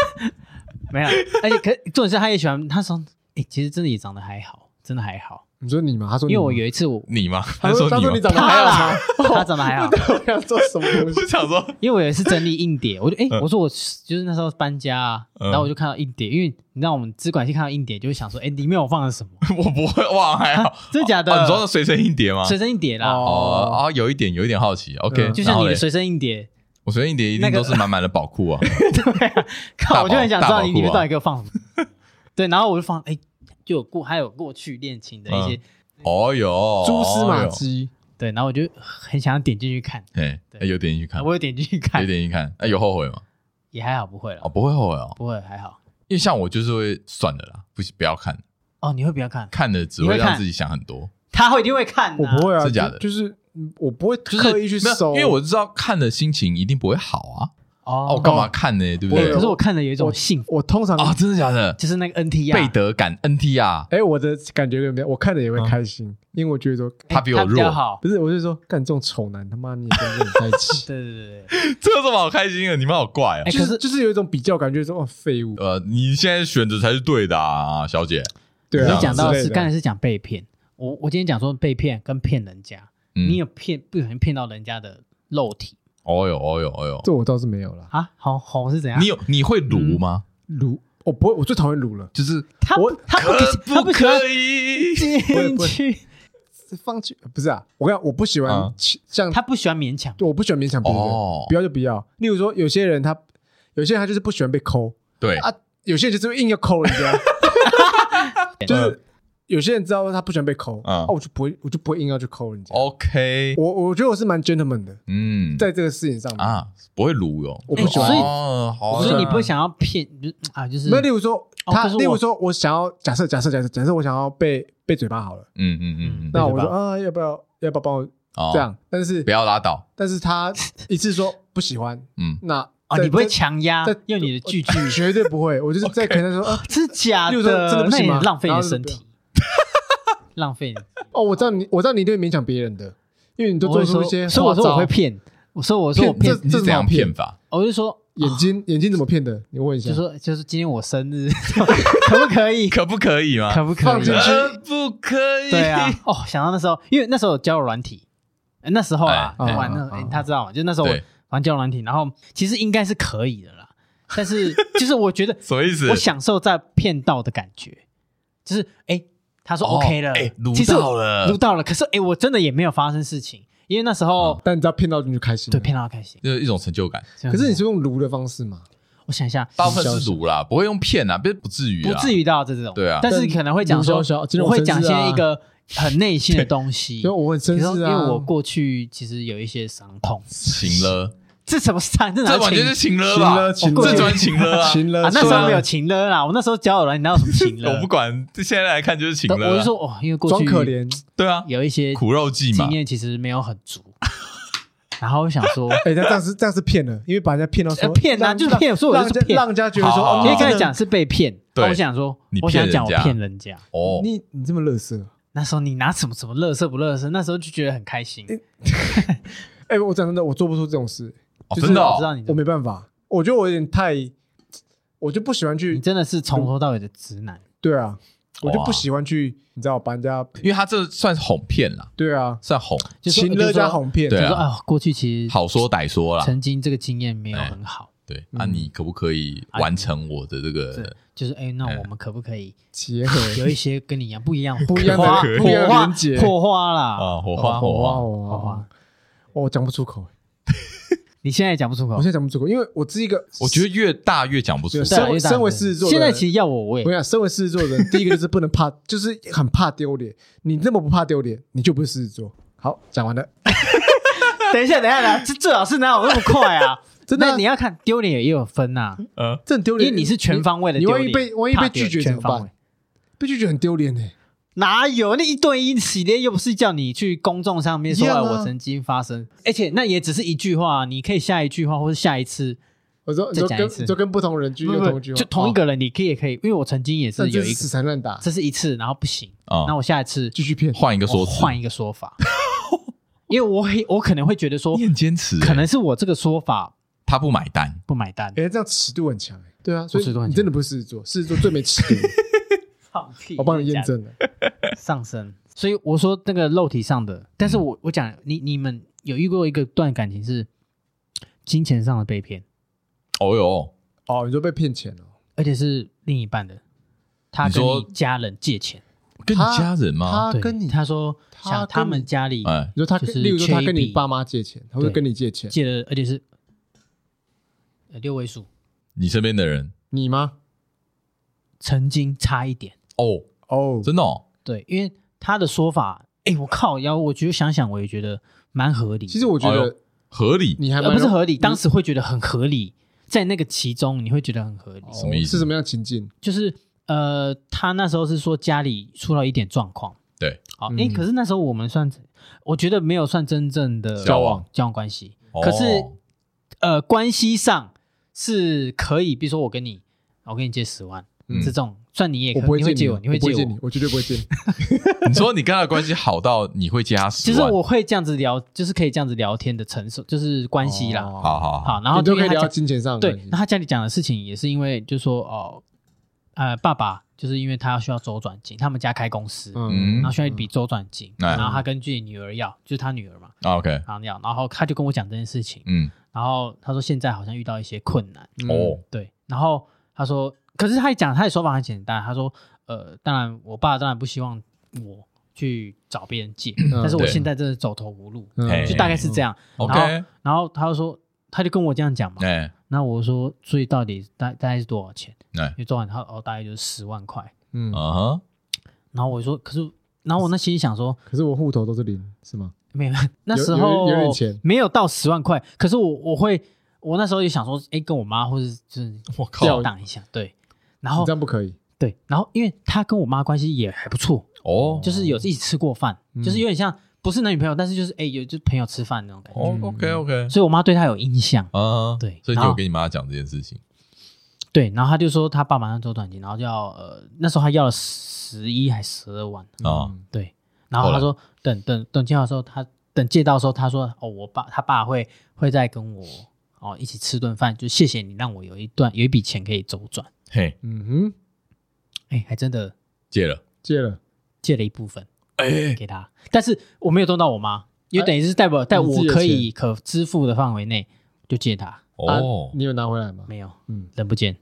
S2: 没有，而且可重点是他也喜欢他说，哎、其实真的也长得还好，真的还好。
S1: 你说你吗？他说
S2: 因
S1: 你
S2: 为
S1: 吗
S2: 我有一次我
S3: 你吗？
S1: 他说他
S3: 你
S1: 说
S3: 吗
S1: 嗯你？长得
S2: 他
S1: 还好
S2: 啦
S1: 吗？，哦
S2: 他长得还 好，
S1: 我想说什么东西？
S3: 我 想 说，
S2: 因为我有一次整理硬碟，我就哎、
S3: 嗯
S2: 我说我就是那时候搬家啊，
S3: 嗯
S2: 然后我就看到硬碟，因为你知道我们资管系看到硬碟就会想说，哎、里面我放了什么？啊
S3: 我不会哇，还好。
S2: 真的假的？
S3: 哦你说的随身硬碟吗？
S2: 随身硬碟啦，
S3: 啊哦啊，有一点有一点好奇。OK，
S1: 嗯
S2: 就
S3: 然
S2: 像
S3: 后
S2: 你的
S3: 嘞
S2: 随身硬碟，
S3: 我随身硬碟一
S2: 那
S3: 定
S2: 个
S3: 都是满满的宝库啊。 大
S2: 靠，
S3: 宝
S2: 我就很想知道你
S3: 大宝库啊
S2: 里面到底给我 放什么。对，然后我就放，哎、就有过还有过去恋情的一些，
S3: 哦哟，哦
S1: 蛛丝马
S3: 哟。
S1: 迹，
S2: 对，然后我就很想要点进去看，
S3: 哎，哎
S2: 对
S3: 有点进去看，
S2: 我有点进去看
S3: 有，点进去看。哎，有后悔吗？
S2: 也还好，不会了
S3: 哦，，不会后悔哦，
S2: 不会还好。
S3: 因为像我就是会算了啦，不不要看，
S2: 哦，你会不要看？
S3: 看了只
S2: 你
S3: 会
S2: 会看
S3: 让自己想很多。
S2: 他会一定会看、
S1: 我不。会啊，
S3: 是假
S1: 就
S3: 的
S1: 就是嗯我不会
S3: 就是
S1: 刻意去
S3: 没有
S1: 搜，
S3: 因为我知道看的心情一定不会好啊。
S2: 哦
S3: 哦，我干嘛？看呢？对不对
S2: 啊可？是我看了有一种幸福，
S1: 我通常
S2: 哦
S3: 啊，真的假的？
S2: 就是那个 NT 啊，
S3: 贝德感 NT 啊，
S1: 哎，我的感觉有没有？我看了也
S2: 嗯
S1: 会开心，因为我觉得说，
S3: 他比我
S2: 哎比较
S3: 弱，
S2: 好。
S1: 不是，我是说，干这种丑男，他妈你也跟我在一起，
S2: 对对对对，
S3: 这有什么好开心的？你们好怪
S2: 哎
S3: 哦。
S1: 就
S2: 可
S1: 是
S2: 是
S1: 就是有一种比较感觉，说哦，废物，
S3: 呃，你现在选择才是对的啊，小姐。
S1: 对
S2: 你
S1: 啊，
S3: 是
S2: 讲到
S1: 之
S2: 的
S1: 类
S2: 是
S1: 的
S2: 刚才是讲被骗，我我今天讲说被骗跟骗人家，
S3: 嗯
S2: 你有骗不小心骗到人家的肉体
S3: 哦哟，哦哟，哦哟，
S1: 这我倒是没有啦。
S2: 啊？好好是怎样？
S3: 你有你会撸吗？
S1: 卤，我不会，我最讨厌卤了，
S3: 就是
S2: 他
S1: 我
S2: 他不
S3: 可
S2: 他不喜欢
S3: 可以？
S2: 进
S1: 不会
S2: 去，
S1: 放弃不是啊，我跟你讲，我不喜欢
S3: 啊
S1: 其像
S2: 嗯他不喜欢勉强。
S1: 我不喜欢勉强别人
S3: 哦，
S1: 不要就不要。例如说，有些人他有些人他就是不喜欢被抠
S3: 对，
S1: 啊，有些人就是硬要抠人 家，
S2: 嗯
S1: 就是有些人知道他不喜欢被抠
S3: 嗯
S1: 啊，我就不会，我就不会硬要去抠人家。
S2: 哦
S3: OK，
S1: 我我觉得我是蛮 gentleman 的，
S3: 嗯，
S1: 在这个事情上面，
S3: 啊，不会撸哟。
S1: 我不喜欢
S2: 哎所以
S3: 哦，好啊
S2: 所以你不会想要骗，就是啊，就是
S1: 那例如说
S2: 哦
S1: 他，
S2: 可是我
S1: 例如说我想要假设假设假设假设我想要被被嘴巴好了，
S3: 嗯嗯嗯嗯，
S2: 被
S1: 那我
S2: 嘴巴
S1: 说啊要不要要不要帮我
S3: 哦
S1: 这，样？但是
S3: 不要拉倒。
S1: 但是 他一次说不喜欢，
S3: 嗯，
S1: 那
S2: 啊，
S1: 再
S2: 你不会
S1: 再
S2: 强压
S1: 在，
S2: 用你的句句，
S1: 绝对不会，我就是在
S3: OK
S1: 可能说啊
S2: 是假
S1: 例如说真的不
S2: 那
S1: 行
S2: 也
S1: 吗
S2: 浪费你
S1: 然后就
S2: 的身
S1: 不要
S2: 体，浪费你。
S1: 哦，我知道你我知道你一定会勉强别人的，因为你都
S2: 我
S1: 做
S2: 会
S1: 出
S2: 说，
S1: 一些
S2: 所以我说
S1: 花招
S2: 我会骗，我说我说我
S1: 骗
S2: 骗
S1: 这，
S3: 你是怎
S1: 这
S3: 样
S1: 么好骗
S3: 骗法？
S2: 我就说
S1: 眼 睛眼睛怎么骗的？你问一下，
S2: 就说就是今天我生日， 可不 可以？
S3: 可不可以吗？
S2: 可不可
S1: 放
S2: 以
S1: 进？去
S3: 呃不可以。
S2: 对啊，哦，想到那时候，因为那时候有交友软体，呃那时候啊，
S3: 哎
S2: 玩
S1: 哎
S2: 那
S1: 哎
S2: 哎他知道吗？就那时候我
S3: 对
S2: 玩交友软体，然后其实应该是可以的啦，但是就是我觉得
S3: 什么意思？
S2: 我享受在骗到的感觉，就是哎，他说
S3: 哦
S2: OK 了
S3: 哎，撸
S2: 其实
S3: 到了
S2: 撸到了，可是哎，我真的也没有发生事情，因为那时
S3: 嗯
S2: 候
S1: 但你知道骗到你就开心了，
S2: 对骗到开心。
S3: 就是一种成就感。
S2: 这样
S1: 可
S2: 子
S1: 是你是用撸的方式嘛？
S2: 我想一下，
S3: 大部分是辱啦，不会用骗啊啦，不不至于
S2: 不
S3: 啦，
S2: 至于到这种，
S3: 对啊
S2: 但是可能会讲说
S1: 卢潇潇，今天
S2: 我
S1: 我
S2: 会
S1: 生日啊
S2: 讲一些一个很内心的 东西，
S1: 所以我很
S2: 比
S1: 绅
S2: 如说
S1: 士
S2: 因
S1: 啊，
S2: 为我过去其实有一些伤痛，
S3: 情了，
S2: 这什么伤？这哪
S3: 这
S2: 有
S3: 完全
S2: 情
S3: 是情了
S1: 情
S3: 吧？
S1: 了情
S2: 我过
S1: 了
S2: 去
S3: 这完全情了啊！
S1: 情了
S2: 啊？那时
S1: 情
S2: 候
S1: 了
S2: 没有情了啦，我那时候交友软件哪有什么情了？
S3: 我不管，这现在来看就是情了啊。
S2: 我就说哦，因为过
S1: 装
S2: 去
S1: 可怜，
S3: 对啊，
S2: 有一些
S3: 苦肉计嘛
S2: 经。验其实没有很足，然后我想 说，
S3: 哦
S1: 哎，那这样是这样是骗了，因为把人家骗到说
S2: 呃骗啊
S1: 让
S2: 就是骗所以我
S1: 让
S2: 就是
S1: 人家
S2: 骗
S1: 让人家觉得
S3: 好
S1: 说，
S3: 好
S1: 哦
S3: 好
S2: 因
S1: 你
S2: 为刚才
S1: 真的
S2: 讲是被骗，
S3: 对
S2: 那我想说
S3: 你，
S2: 我
S3: 骗
S2: 想讲我
S3: 人家
S2: 骗人家，
S3: 哦，
S1: 你你这么乐色，
S2: 那时候你拿什么什么乐色不乐色，那时候就觉得很开心，
S1: 哎，我讲真的，我做不出这种事，
S3: 哦
S1: 就是
S3: 真的哦，
S2: 我知道你
S1: 我
S2: 的
S1: 没办法，我觉得我有点太，我就不喜欢去
S2: 你，真的是从头到尾的直男。
S1: 对啊，我就
S3: 哇
S1: 不喜欢去，你知道，把人家，
S3: 因为他这算是哄骗啦，
S1: 对啊，
S3: 算哄，
S2: 就说
S1: 情
S2: 就
S1: 勒
S2: 说
S1: 加哄骗，
S3: 对
S2: 就
S3: 啊
S2: 说啊，过去其实
S3: 好说歹说啦。哎
S2: 曾经这个经验没有很好，
S3: 对，那你可不可以完成我的这个？
S2: 嗯就是哎，那我们可不可以
S1: 结合
S2: 有一些跟你一样不一样、
S1: 不一样的
S2: 火花
S1: 可以不一样的
S2: 火花
S1: 连结
S2: 火花啦？
S3: 啊，火
S2: 好
S3: 花
S2: 啊
S3: 火
S1: 哇
S3: 花，
S2: 好
S1: 哇
S2: 啊！
S1: 哇哦我讲不出口，
S2: 你现在也讲不出口
S1: 我现，在讲不出口，因为我是一个，
S3: 我觉得越大越讲不出
S1: 对。
S2: 对啊
S1: 身为
S2: 有点
S1: 身为狮子座的
S2: 现
S1: 人
S2: 在其实要我我
S1: 我
S2: 也
S1: 跟你讲，身为狮子座的人，第一个就是不能怕， 就是很怕丢脸。你那么不怕丢脸，你就不是狮子座。好，讲完了，
S2: 等一下，等一下，等一下，这最好是哪有那么快啊？
S1: 真的啊
S2: 那你要看丢脸也有分啊呐，
S3: 呃，
S1: 这很丢
S2: 因
S1: 脸，
S2: 为你是全方位的
S1: 你
S2: 丢
S1: 万
S2: 脸。
S1: 一被万一
S2: 怕
S1: 被
S2: 丢
S1: 拒绝怎
S2: 全
S1: 么
S2: 方位
S1: 办？？被拒绝很丢脸欸呢。
S2: 哪有那一对一系列又不是叫你去公众上面说、
S1: 一样啊
S2: 哎我曾经发生，而且那也只是一句话，你可以下一句话或者下一次
S1: 我说你
S2: 再
S1: 说
S2: 讲一次
S1: 跟就跟不同人居
S2: 不
S1: 就
S2: 不
S1: 同
S2: 不，
S1: 居，
S2: 就同一
S1: 哦，
S2: 个人，你可以也可以，因为我曾经也是
S1: 但
S2: 有
S1: 这
S2: 一
S1: 是
S2: 个
S1: 死，缠烂打，
S2: 这是一次，然后不行，
S3: 啊，
S2: 那我下一次
S1: 继续骗，
S3: 哦换一个说
S2: 我
S3: 辞，
S2: 换一个说法，因为我会我可能会觉得说
S3: 你，很坚持欸，
S2: 可能是我这个说法
S3: 他不买单，
S2: 不买单，
S1: 哎，这样尺度很强哎，对啊，所以
S2: 尺度很
S1: 你
S2: 强
S1: 真的不是狮子座，狮子座最没尺 度，
S2: 放屁
S1: 我帮你验证了，
S2: 上升，所以我说那个肉体上的，但
S1: 嗯
S2: 是我我讲你你们有遇过一个段感情是金钱上的被骗，
S3: 哦哟，
S1: 哦，你说被骗钱了，
S2: 而且是另一半的，他
S3: 你
S2: 跟
S3: 说
S2: 你家人借钱，
S3: 跟你
S1: 他
S3: 家人吗？
S1: 他跟你
S2: 对他说
S1: 他
S2: 想
S1: 跟
S2: 他们
S1: 你
S2: 家里
S3: 哎，
S1: 你说他
S2: 就
S1: 跟，
S2: 是
S1: 例如说他跟
S2: 缺一
S1: 你
S2: 笔
S1: 爸妈借钱，他会
S2: 对
S1: 跟你借钱，
S2: 借了，而且是呃六位数，
S3: 你身边的人
S1: 你吗？
S2: 曾经差一点，
S3: 哦，
S1: 哦，
S3: 真的哦，
S2: 对，因为他的说法，哎，我靠，要我觉得想想，我也觉得蛮合理的。
S1: 其实我觉
S3: 哎
S1: 得
S3: 呦合理，
S1: 你还
S2: 呃
S1: 蛮
S2: 不是
S1: 容
S2: 合理，当时会觉得很合理，在那个其中你会觉得很合理，
S1: 哦
S3: 什么意思
S1: 是什么样的情境？
S2: 就是呃，他那时候是说家里出了一点状况，
S3: 对，
S2: 好，
S1: 嗯
S2: 哎，可是那时候我们算，我觉得没有算真正的
S3: 交往
S2: 交往关系，
S3: 哦
S2: 可是呃，关系上是可以，比如说我跟你，我跟你借十万，
S3: 嗯
S2: 这种算你也
S1: 我
S2: 哎可
S1: 不会
S2: 你会
S1: 借
S2: 借
S1: 你
S2: 我，
S1: 哦，
S2: 你会
S1: 我不
S2: 借
S1: 会借
S2: 我
S1: 你，，我绝对不会借你。
S3: 你说你跟他的关系好到你会加啊十
S2: 其实
S3: 万，
S2: 我会这样子聊，就是可以这样子聊天的承受，就是关系啦。
S1: 哦
S3: 好好好，
S2: 好，然后
S1: 你就
S2: 因
S1: 可
S2: 为
S1: 以
S2: 他
S1: 聊
S2: 讲
S1: 金钱上的
S2: 对
S1: 东西，
S2: 那他家里讲的事情也是因为，就说哦，呃，爸爸就是因为他需要周转金，他们家开公司，
S3: 嗯
S2: 然后需要一笔周转金，
S3: 哎
S2: 然后他跟自己女儿要，就是他女儿嘛，
S3: 啊 OK，
S2: 然后要，然后他就跟我讲这件事情，
S3: 嗯，
S2: 然后他说现在好像遇到一些困难，
S1: 嗯
S3: 哦，
S2: 对，然后他说，可是他讲他的手法很简单，他说，呃，当然我爸当然不希望我去找别人借，但是我
S3: 嗯对
S2: 现在真的走投无路，
S1: 嗯
S3: 哎
S2: 就大概是这样。
S3: OK
S2: 然后然后他就说，他就跟我这样讲嘛，
S3: 哎
S2: 那我说，所以到底大大概是多少钱？
S3: 哎
S2: 因，为周完他哦，大概就是十万块。
S1: 嗯，
S3: 嗯哼，
S2: 然后我说，可是，然后我那心里想说，
S1: 可是我户头都是零，是吗？
S2: 没有， 那
S1: 有
S2: 时
S1: 有
S2: 候
S1: 有点钱
S2: 没有到十万块，可是我我会，我那时候也想说，哎，跟我妈或者 就是
S3: 我
S2: 调
S3: 靠，
S2: 档一下，对。然
S1: 你
S2: 后
S1: 这样不可以。
S2: 对，然后因为他跟我妈关系也还不错，
S3: 哦，
S2: 就是有一起吃过饭，
S1: 嗯
S2: 就是有点像不是男女朋友，但是就是哎有就朋友吃饭那种感觉，
S3: 哦 OK OK，
S2: 所以我妈对他有印象。
S3: 啊，
S2: 嗯对
S3: 所以你
S2: 然
S3: 有
S2: 后
S3: 跟你妈讲这件事情，
S2: 对，然后他就说他爸马上周转金，然后就要呃那时候他要了十一还十二万，
S3: 啊
S1: 嗯
S2: 对，然后他说等等等借到的时候，他等借到的时候，他说哦，我爸他爸会会再跟我哦一起吃顿饭，就谢谢你让我有一段有一笔钱可以周转，
S3: 嘿，
S1: 嗯哼，
S2: 哎，还真的
S3: 借了，
S1: 借了，
S2: 借了一部分
S3: 哎，
S2: 给他，但是我没有动到我妈，因为等于是代表在
S1: 你自
S2: 我
S1: 己的
S2: 可以可支付的范围内就借他，
S3: 哦
S1: 啊，你有拿回来吗？
S2: 没有
S1: 嗯，
S2: 人不见，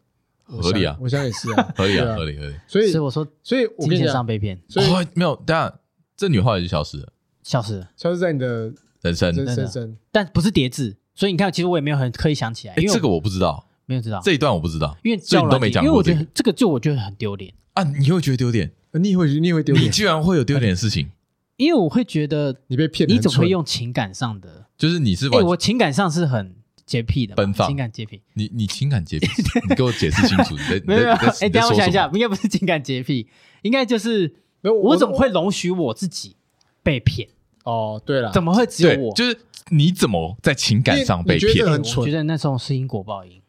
S1: 我
S3: 合理啊
S1: 想我想也是 啊，
S3: 合理
S1: 对
S3: 啊，合。理合理。
S1: 所以
S2: 所以，我说
S1: 所以我
S2: 金
S1: 跟你
S2: 钱上
S1: 讲，
S2: 被骗，
S1: 所以
S3: 哦，没有，等下这女后来就消失了，
S2: 笑死了，
S1: 消失在你的
S3: 人生。
S1: 人
S2: 真
S1: 生
S2: 的
S1: 生，
S2: 但不是叠字，所以你看，其实我也没有很刻意想起来，
S3: 哎，
S2: 因为
S3: 这个
S2: 我
S3: 我不知道，
S2: 没有知道。
S3: 这一段我不知道
S2: 因为
S3: 所以你
S2: 叫
S3: 都没讲
S2: 因为
S3: 过
S2: 我
S3: 这
S2: 觉
S3: 个
S2: 得这个就我觉得很丢脸，
S3: 啊，你会觉得丢脸，
S1: 呃你也会你也会丢
S3: 你
S1: 脸，
S3: 居然会有丢脸的事情，
S2: 因为我会觉得
S1: 你被骗，
S2: 你怎么会？用情感上的？
S3: 就是你是
S2: 哎、
S3: 完
S2: 我情感上是很洁癖的嘛，
S3: 奔放
S2: 情感洁癖。
S3: 你你情感洁癖， 你给我解释清楚，你在你
S2: 没有没
S3: 在
S2: 有，
S3: 你在
S2: 哎、等
S3: 你在
S2: 一下
S3: 说
S2: 我想一
S3: 什
S2: 下
S3: 么，
S2: 应该不是情感洁癖，应该就是
S1: 没有
S2: 我怎么会容许我自己被骗？
S1: 哦，对了，
S2: 怎么会只
S3: 啊对
S2: 有我？，
S3: 就是你怎么在情感上被
S1: 因为你觉
S3: 骗
S1: 得？
S2: 哎
S1: 很
S2: 我
S1: 蠢
S2: 觉得那时候是因果报应，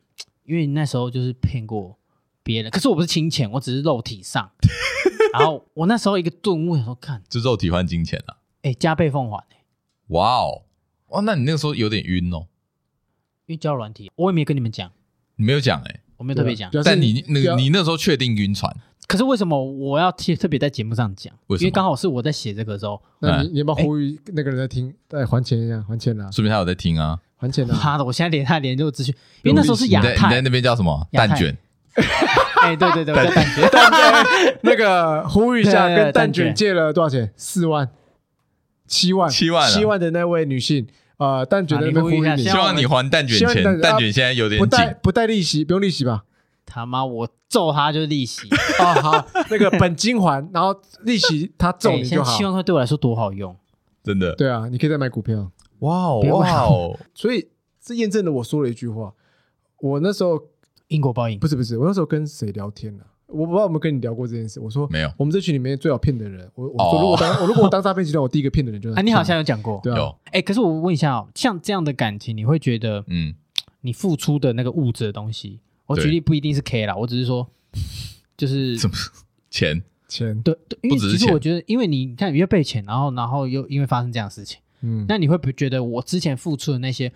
S2: 因为那时候就是骗过别人，可是我不是金钱，我只是肉体 上。然后我那时候一个顿悟，想说看，
S3: 就肉体换金钱了，
S2: 哎、加倍奉还、
S3: 哇哦，哇，那你那个时候有点晕哦，
S2: 因为交友软体，我也没跟你们讲，
S3: 你没有讲哎，
S2: 我没有
S1: 对
S2: 特
S1: 啊
S2: 别讲。
S1: 表示
S3: 但你那
S1: 表
S3: 个你那时候确定晕船，
S2: 可是为什么我要特特别在节目上讲？
S3: 为什么
S2: 因为刚好是我在写这个的时候，
S1: 那
S3: 哎
S1: 你你要不要呼吁那个人在听，再还钱一下，还钱啦，
S3: 说明他有在听啊，
S1: 还钱 啦，
S2: 妈的，我现在连他连就资讯，因为那时候是
S3: 你
S2: 亚
S3: 在你在
S2: 太，
S3: 那边叫什么
S2: 亚太
S3: 蛋卷？
S2: 哎，对对对，我在感 觉，
S1: 那个呼吁一下，
S2: 对对对
S1: 跟蛋
S2: 蛋卷
S1: 卷借了多少钱？四万、七万、
S3: 七万啊
S1: 七万的那位女性，呃，蛋卷的那边
S2: 啊你
S1: 呼
S2: 呼
S1: 吁你
S2: 吁一下希
S3: 希，
S2: 望
S3: 望你还蛋卷
S1: 希望
S3: 钱
S1: 蛋卷，
S3: 蛋卷现在有点
S1: 不
S3: 紧
S1: 带，不带利息，不用利息吧？
S2: 他妈我揍他就是哎利 息，
S1: 哦，好，那个本金还，然后利息他揍
S2: 哎
S1: 你
S2: 现
S1: 就
S2: 在
S1: 好
S2: 七。万块对我来说多好用，
S3: 真的，
S1: 对啊，你可以再买股票。
S3: 哇哦
S2: 不要
S3: 哇哦，
S1: 所以这验证了我说了一句话，我那时候
S2: 因果报应
S1: 不是不是，我那时候跟谁聊天呢、我不知道有没有跟你聊过这件事。我说
S3: 没有
S1: 我们这群里面最好骗的人，我我
S3: 哦
S1: 说如果当、 我如果我当诈骗集团，我第一个骗的人就是
S2: 啊啊！你好像有讲过，
S1: 对啊
S3: 有，
S2: 哎，可是我问一下哦，像这样的感情，你会觉得
S3: 嗯，
S2: 你付出的那个物质的东西。我
S3: 对
S2: 举例不一定是 K 啦，我只是说，就是
S3: 怎么 钱？
S1: 钱，
S2: 对对，因为
S3: 不只是
S2: 其实
S3: 钱
S2: 我觉得，因为你看，你又被钱，然后然后又因为发生这样的事情，
S1: 嗯，
S2: 那你会不会觉得我之前付出的那些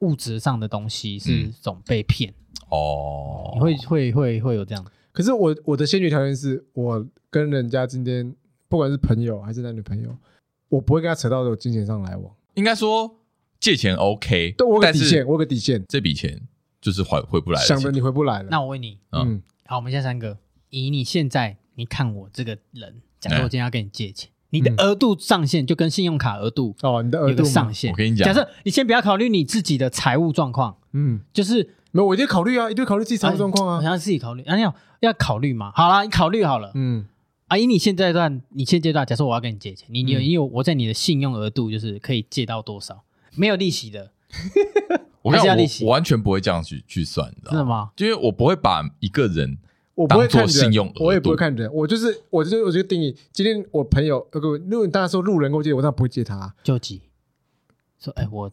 S2: 物质上的东西是
S3: 嗯
S2: 总被骗？
S3: 哦，
S2: 你会会会会有这样的？
S1: 可是我我的先决条件是我跟人家今天不管是朋友还是男女朋友，我不会跟他扯到有金钱上来往，
S3: 应该说借钱 OK，
S1: 对我有个
S3: 但
S1: 底
S3: 是
S1: 线，我有个底线，
S3: 这笔钱就是还回不来的
S1: 想着
S3: 钱。
S1: 你回不来了。
S2: 那我问你，
S1: 嗯，
S2: 好，我们现在三个，以你现在你看我这个人，假设我
S3: 哎
S2: 今天要跟你借钱，你的额度上限就跟信用卡额度
S1: 哦，你的
S2: 有
S1: 嗯额
S2: 个
S1: 度嘛
S2: 上限。
S3: 我跟你讲
S2: 假设你先不要考虑你自己的财务状况，
S1: 嗯，
S2: 就是
S1: 没有，我一定考虑啊，一定考虑自己财务状况
S2: 好
S3: 哎
S1: 啊。
S2: 像自己考虑，啊，要要考虑嘛。好啦，你考虑好了。
S1: 嗯
S2: 啊，以你现阶段，你现阶段，假设我要跟你借钱，你你有
S1: 嗯
S2: 因为我在你的信用额度就是可以借到多少，没有利息的，
S3: 我
S2: 还是
S3: 跟你
S2: 要
S3: 讲，
S2: 利
S3: 我
S2: 息
S3: 我完全不会这样去去算，你知道
S2: 真的？
S1: 哦
S2: 吗？
S3: 因为我不会把一个人，
S1: 我不会
S3: 当作
S1: 看人
S3: 信用额度
S1: 我也不会看人，我就是我就是我就定义，今天我朋友，呃，不如果大家说路人跟我借，我当然不会借他啊，
S2: 救急，说哎、我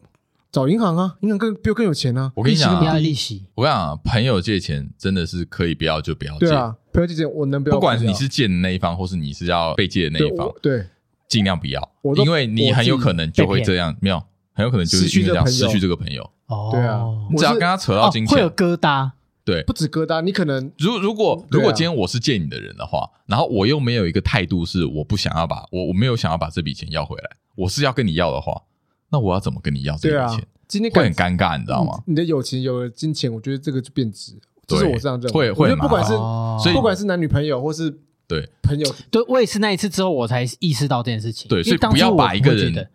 S1: 找银行啊，银行更比我更有钱啊。
S3: 我跟你讲啊
S2: 不要利息，
S3: 我跟你讲啊，朋友借钱真的是可以不要就不要借
S1: 对，啊，朋友借钱我能不要
S3: 不
S1: 不
S3: 管
S1: 要
S3: 你是借的那一方，或是你是要被借的那
S1: 对
S3: 一方
S1: 我，对
S3: 尽量不要
S1: 我，都
S3: 因为你很有可能就
S2: 我
S3: 会
S2: 自己
S3: 这样，没有，很有可能就是
S1: 失去
S3: 因为这样
S1: 这个朋友
S3: 失去这个朋友。
S2: 哦，
S1: 对啊
S2: 哦
S3: 你
S1: 我
S3: 只要
S1: 是哦
S3: 跟他扯到金
S2: 会有
S3: 钱，
S2: 疙瘩，
S3: 对
S1: 不，止疙瘩，你可能
S3: 如如果
S1: 对啊
S3: 如果今天我是借你的人的话，然后我又没有一个态度是我不想要把我我没有想要把这笔钱要回来，我是要跟你要的话，那我要怎么跟你要这
S1: 对啊
S3: 笔钱？，
S1: 今天
S3: 会
S1: 感
S3: 很尴尬，你知道吗？
S1: 嗯你的友情有了金钱，我觉得这个就变质了，这
S3: 对
S1: 是我这样认为。我
S3: 会
S1: 觉得不
S3: 会
S1: 管
S3: 麻
S1: 是
S3: 烦所以
S1: 不管是男女朋友或是
S3: 对
S1: 朋友，
S2: 对我也是那一次之后，我才意识到这件事情。
S3: 对，
S2: 因
S3: 所
S2: 为
S3: 以
S2: 当
S3: 不
S2: 初
S3: 要
S2: 我
S3: 把一
S2: 会
S3: 个
S2: 觉得
S3: 人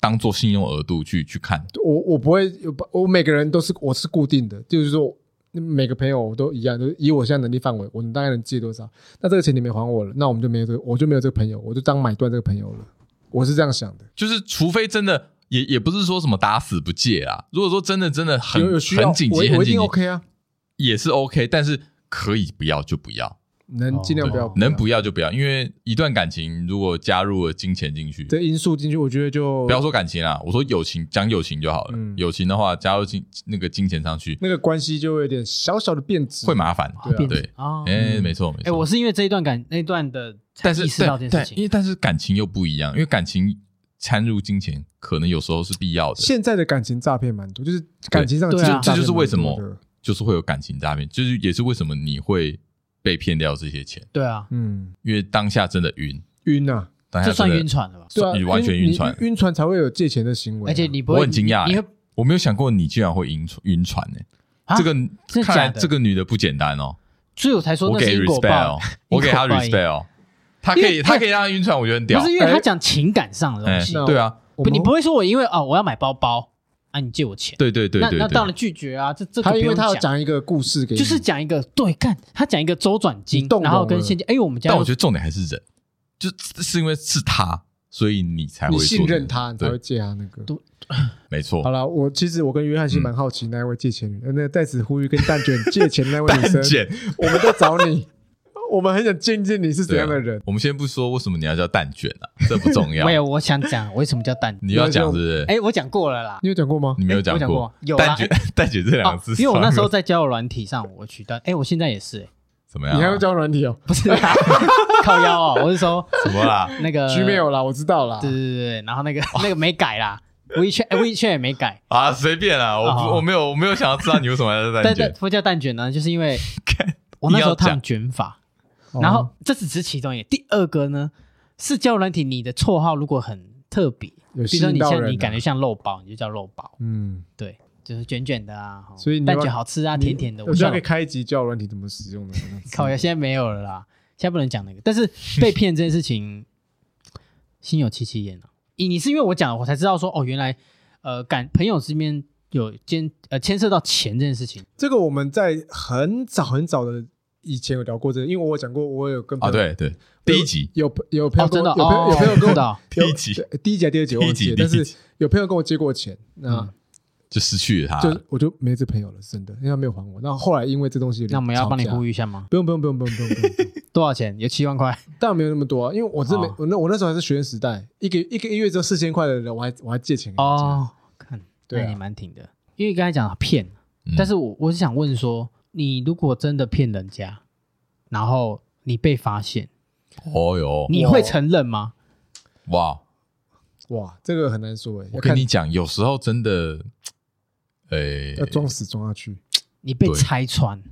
S3: 当做信用额度去去看。
S1: 我我不会有，我每个人都是我是固定的，就是说每个朋友我都一样，就是以我现在能力范围，我大概能借多少，那这个钱你没还我了，那我们就没有这个，我就没有这个朋友，我就当买断这个朋友了，我是这样想的。
S3: 就是除非真的也也不是说什么打死不借啊，如果说真的真的很
S1: 有有需要，
S3: 很紧急
S1: 我
S3: 很
S1: 我一
S3: 紧急
S1: 定 OK 啊，
S3: 也是 OK，但是可以不要就不要，
S1: 能尽量不要
S2: 哦，
S3: 能不要就不要，因为一段感情如果加入了金钱进去，
S1: 这因素进去，我觉得就
S3: 不要说感情啦，我说友情讲友情就好了，
S1: 嗯
S3: 友情的话加入金那个金钱上去
S1: 那个关系就会有点小小的变质，
S3: 会麻烦，
S2: 啊变
S3: 对
S2: 质啊，
S3: 哎、
S2: 哎、
S3: 没错没错，
S2: 我是因为这一段感那一段的，
S3: 但是
S2: 意识到
S3: 但
S2: 这件事
S3: 但因
S2: 情。
S3: 为但是感情又不一样，因为感情掺入金钱可能有时候是必要的，
S1: 现在的感情诈骗蛮多，就是感情上
S2: 对啊
S1: 诈骗
S3: 这就是为什么
S1: 蛮多的
S3: 就是会有感情诈骗，就是也是为什么你会被骗掉这些钱，
S2: 对啊，
S1: 嗯
S3: 因为当下真的晕，
S1: 晕啊，
S3: 当下
S2: 这算
S3: 哎真的
S2: 晕船了吧？
S1: 对啊，
S3: 你完全
S1: 晕
S3: 晕船
S1: 你晕船才会有借钱的行为啊、
S2: 而且你不会，
S3: 我很惊讶
S2: 你
S3: 欸
S2: 会
S3: 我没有想过你竟然会晕晕船呢、
S2: 啊
S3: 这个
S2: 真的
S3: 看
S2: 假
S3: 来
S2: 的
S3: 这个女的不简单哦，
S2: 所以我才说
S3: 我
S2: 那是
S3: 给
S2: 因果
S3: respect
S2: 报
S3: 哦，，我给她
S2: 因果报应
S3: respect 哦，她可
S2: 因
S3: 以
S2: 为
S3: 她可以让她晕船，我觉得很
S2: 不
S3: 屌
S2: 是。因为
S1: 哎
S2: 他讲情感上的东
S3: 哎
S2: 西，
S1: 那
S3: 对啊，
S1: 我
S2: 不，哦
S1: 们
S2: 你不会说我因为哦我要买包包啊，你借我钱，
S3: 对对对
S2: 那
S3: 对
S2: 那当然
S3: 对，
S2: 拒绝啊，这这个
S1: 他
S2: 不
S1: 因为
S2: 用
S1: 他要
S2: 讲，
S1: 讲一个故事给你，
S2: 就是讲一个对，看他讲一个周转金
S1: 你动，
S2: 然后
S1: 容
S2: 跟
S1: 了
S2: 现金，哎，我们家
S3: 但
S2: 有
S3: 我觉得重点还是人，就是因为是她，所以你才会
S1: 你
S3: 做
S1: 信
S3: 这
S1: 任
S3: 个
S1: 他，你才会
S3: 对，哦
S1: 借他那个。
S3: 没
S1: 好
S3: 错。
S1: 了，我其实我跟约翰
S3: 嗯
S1: 其实蛮好奇那一位借钱人，呃那在此呼吁跟蛋卷借钱那位女
S3: 蛋
S1: 生，
S3: 卷，
S1: 我们在找你， 我们很想见见你是怎样的人。
S3: 我们先不说为什么你要叫蛋卷啊，这不重 要
S2: 没。有，我想讲为什么叫蛋，
S3: 你要讲是不是？
S2: 哎，我讲过了
S3: 啊
S2: 啦，
S1: 你有讲过吗？
S3: 你没
S2: 哎
S3: 有
S2: 我讲
S3: 过
S2: 过有啊
S3: 蛋卷蛋卷这两
S2: 哦
S3: 个字，
S2: 因为我那时候
S3: 算
S2: 在交友软体上，我取代，哎，我现在也是，哎
S3: 了怎么样啊？
S1: 你还会教软体哦？
S2: 不是啦 靠腰哦，我是说
S3: 什么啦？
S2: 那个
S1: Gmail 啊啦，我知道啦
S2: 呃对，对对对，然后那个
S3: 哦
S2: 那个没改啦微圈哎微圈也没改，
S3: 啊，随便啦，我
S2: 哦
S3: 不我没有我没有想要知道你为什么要叫蛋
S2: 但但
S3: 卷。
S2: 不叫蛋卷呢，就是因为我那时候
S3: 一定要讲
S2: 烫卷发，
S1: 哦
S2: 然后这只是其中一个，第二个呢是交友软体，你的绰号如果很特别，
S1: 有
S2: 比
S1: 吸
S2: 如说
S1: 引
S2: 你
S1: 到人
S2: 像
S1: 啊，
S2: 你感觉像肉包，你就叫肉包，
S1: 嗯，
S2: 对，就是卷卷的啊，吼
S1: 所以你要
S2: 蛋卷好吃啊，
S1: 你
S2: 甜甜的，
S1: 我
S2: 我
S1: 觉
S2: 笑
S1: 得可以开一集教软体怎么使用的。好像是
S2: 靠呀，现在没有了啦，现在不能讲那个，但是被骗这件事情心有戚戚焉 啊。你你是因为我讲了，我才知道说哦，原来呃感朋友之间有牵呃牵涉到钱这件事情，
S1: 这个我们在很早很早的以前有聊过这个，因为我有讲过，我有跟朋友
S3: 啊，对对，第一集，
S1: 有朋有朋
S2: 哦，
S1: 友跟
S2: 真
S1: 我
S2: 的
S1: 有朋友
S2: 哦，
S1: 有朋友跟
S2: 知
S1: 我
S2: 道
S3: 第一集
S1: 有对 第一集还是第二集我忘
S3: 第
S1: 记
S3: 一集
S1: 了，但
S3: 第一
S1: 是
S3: 集嗯
S1: 有朋友跟我借过钱，那
S3: 就失去了他。
S1: 就我就没这朋友了，真的，因为他没有还我。那后来因为这东西有点
S2: 那我们要帮你
S1: 吵架
S2: 呼吁一下吗？
S1: 不用不用不用不用不用不用， 不用
S2: 多少钱？有七万 块，
S1: 当然没有那么多啊，因为我真的没
S2: 哦
S1: 我那我那时候还是学生时代，一个一个月只有
S2: 哦
S1: 四千块的人，我还我还借钱给人家
S2: 哦，看，
S1: 对啊
S2: 那你蛮挺的，因为刚才讲骗，
S3: 嗯
S2: 但是我我是想问说，你如果真的骗人家，然后你被发现，
S3: 哦哟，
S2: 你会承认吗？
S3: 哇！
S1: 哇，这个很难说哎，
S3: 我
S1: 要
S3: 跟
S1: 看
S3: 你讲，有时候真的，呃诶、
S1: 要装死装下去，
S2: 你被
S3: 对
S2: 拆穿，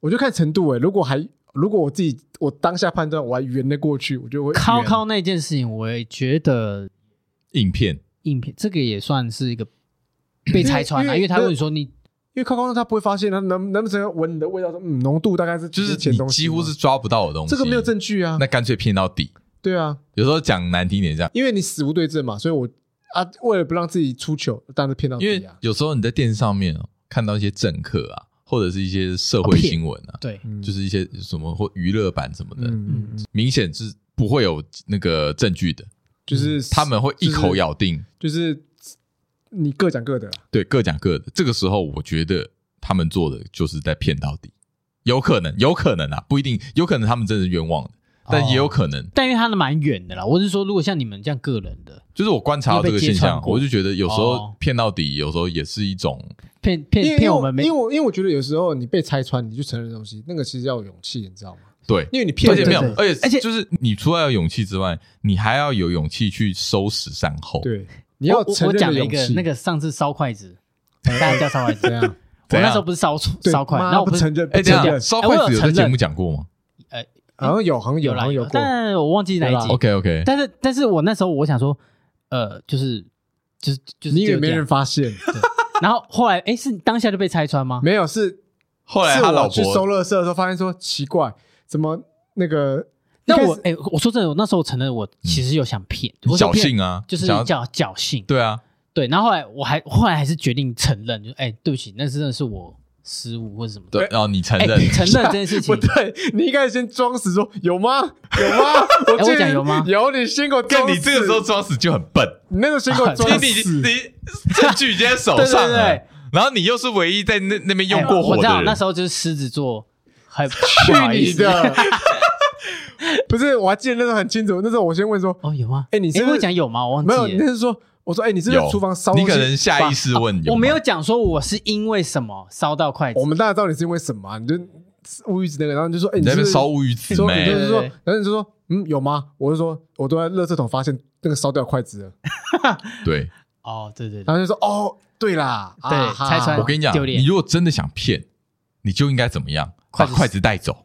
S1: 我就看程度哎。如果还如果我自己我当下判断我还圆得过去，我就会
S2: 靠
S1: 圆
S2: 靠那件事情，我也觉得
S3: 影片
S2: 影片这个也算是一个被拆穿
S1: 因
S2: 了，
S1: 为
S2: 因为他
S1: 因为
S2: 问你说你
S1: 因为靠靠他不会发现，他能能不能闻你的味道？说嗯，浓度大概是
S3: 就是
S1: 前
S3: 你
S1: 东西
S3: 几乎
S1: 吗
S3: 是抓不到的东西，
S1: 这个没有证据啊。
S3: 那干脆骗到底。
S1: 对啊，
S3: 有时候讲难听点，这样，
S1: 因为你死无对证嘛，所以我啊，为了不让自己出糗，当然是骗到
S3: 因
S1: 底
S3: 为
S1: 啊。
S3: 有时候你在电视上面、哦、看到一些政客啊，或者是一些社会新闻啊，
S2: 对
S1: 嗯
S3: 就是一些什么或娱乐版什么的，
S1: 嗯，嗯
S3: 明显是不会有那个证据的，
S1: 就是
S3: 嗯他们会一口
S1: 就是
S3: 咬定，
S1: 就是你各讲各的啊啦，
S3: 对，各讲各的。这个时候，我觉得他们做的就是在骗到底，有可能，有可能啊，不一定，有可能他们真的是冤枉的，但也
S1: 哦
S3: 有可能。
S2: 但因为他的蛮远的啦，我是说，如果像你们这样个人的
S3: 就是我观察到这个现
S2: 因为被揭穿
S3: 象，
S2: 过
S3: 我就觉得有时候
S2: 哦
S3: 骗到底，有时候也是一种
S2: 骗
S1: 因为
S2: 骗
S1: 因为
S2: 骗我们没
S1: 因为我因为我觉得有时候你被拆穿，你去承认东西，那个其实要有勇气，你知道吗？
S3: 对。
S1: 因为你骗
S3: 而
S1: 人
S3: 且
S2: 对
S3: 没有
S2: 对，
S3: 而且而
S2: 而
S3: 且
S2: 且
S3: 就是你除了要有勇气之外，你还要有勇气去收拾善后。，
S1: 对，你要
S2: 我我
S1: 承
S2: 我
S1: 认
S2: 讲
S1: 的
S2: 了
S1: 勇
S2: 一个
S1: 气。啊
S2: 那个上次烧 筷子，大家叫烧筷子
S1: 怎，样？
S2: 我
S3: 怎
S2: 那
S3: 样
S2: 时候不是烧
S1: 对
S2: 烧筷，
S1: 妈
S2: 然后我
S1: 不
S2: 不是
S1: 承认，
S3: 哎，
S1: 不
S3: 这
S1: 承
S3: 样
S1: 认，
S3: 烧
S2: 哎我
S3: 筷
S2: 有
S3: 子有在
S2: 承
S3: 节
S2: 认
S3: 目讲过吗
S1: 好像有，好像有，好
S2: 啦
S1: 像
S2: 有
S1: 过。
S2: 但哎我忘记哪一
S1: 有啦
S2: 集。
S3: ？OK OK，
S2: 但是但是我那时候我想说，呃，就是就是就是
S1: 你以为
S2: 只有这
S1: 没
S2: 样
S1: 人发现？
S2: 然后后来，哎，是你当下就被拆穿吗？
S1: 没有，是
S3: 后来
S1: 是
S3: 他
S1: 我
S3: 老
S1: 去收
S3: 婆
S1: 垃圾的时候，发现说奇怪，怎么那个？
S2: 那
S1: 一开
S2: 我
S1: 始
S2: 哎，我说真的，我那时候承认我其实有想骗，
S3: 你
S2: 我说
S3: 嗯侥
S2: 骗
S3: 幸啊，
S2: 就是
S3: 想要
S2: 叫侥幸。
S3: 对啊，
S2: 对，然后后来我还后来还是决定承认，就哎，对不起，那是真的是我失误或者什么的。
S3: 对，然后你承
S2: 哎，
S3: 认
S2: 承认这件事
S1: 不
S2: 情，哎
S1: 对，你应该先装死说有吗？有 吗？我
S2: 哎我
S1: 记得
S2: 讲有吗
S1: 有，你先给我装 死。
S3: 干你这个时候，装死就很笨，
S1: 你 那个先给 我
S3: 因
S1: 装
S3: 为
S1: 死。
S3: 你你证据已经在手上
S2: 对对
S3: 了，
S2: 对
S3: 然后你又是唯一在那那边用过
S2: 哎我
S3: 火
S2: 知
S3: 的
S2: 道
S3: 人，
S2: 那时候就是狮子座， 很
S1: 去
S2: 去
S1: 你 的！ 不是，我还记得那时候很清楚，那时候我先问说，
S2: 哦，有吗？
S1: 哎你是
S2: 哎
S1: 不是
S2: 我讲有吗？我忘
S1: 没有，
S2: 记
S1: 你
S2: 了。
S1: 那是说，我说，哎，你是不是
S3: 有
S1: 在厨房烧东
S3: 你
S1: 西？
S3: 可能下意识问有吗，
S2: 我没有讲说我是因为什么烧到筷子
S1: 我，们大家知道你是因为什么啊，你就乌鱼子那个，然后你就说，哎，
S3: 你在
S1: 是
S3: 那边
S1: 不是
S3: 烧乌鱼 子
S1: 说，你就
S3: 没？
S1: 是说
S2: 对对对，
S1: 然后你就说，嗯，有吗？我就说，我都在垃圾桶发现那个烧掉的筷子了，
S3: 对，
S2: 哦，对对对，
S1: 然后就说，哦，对啦，啊
S2: 对
S1: 哈
S2: 拆穿
S3: 我跟你讲，
S2: 丢脸
S3: 你如果真的想骗，你就应该怎么样？把
S2: 筷子
S3: 筷子带走，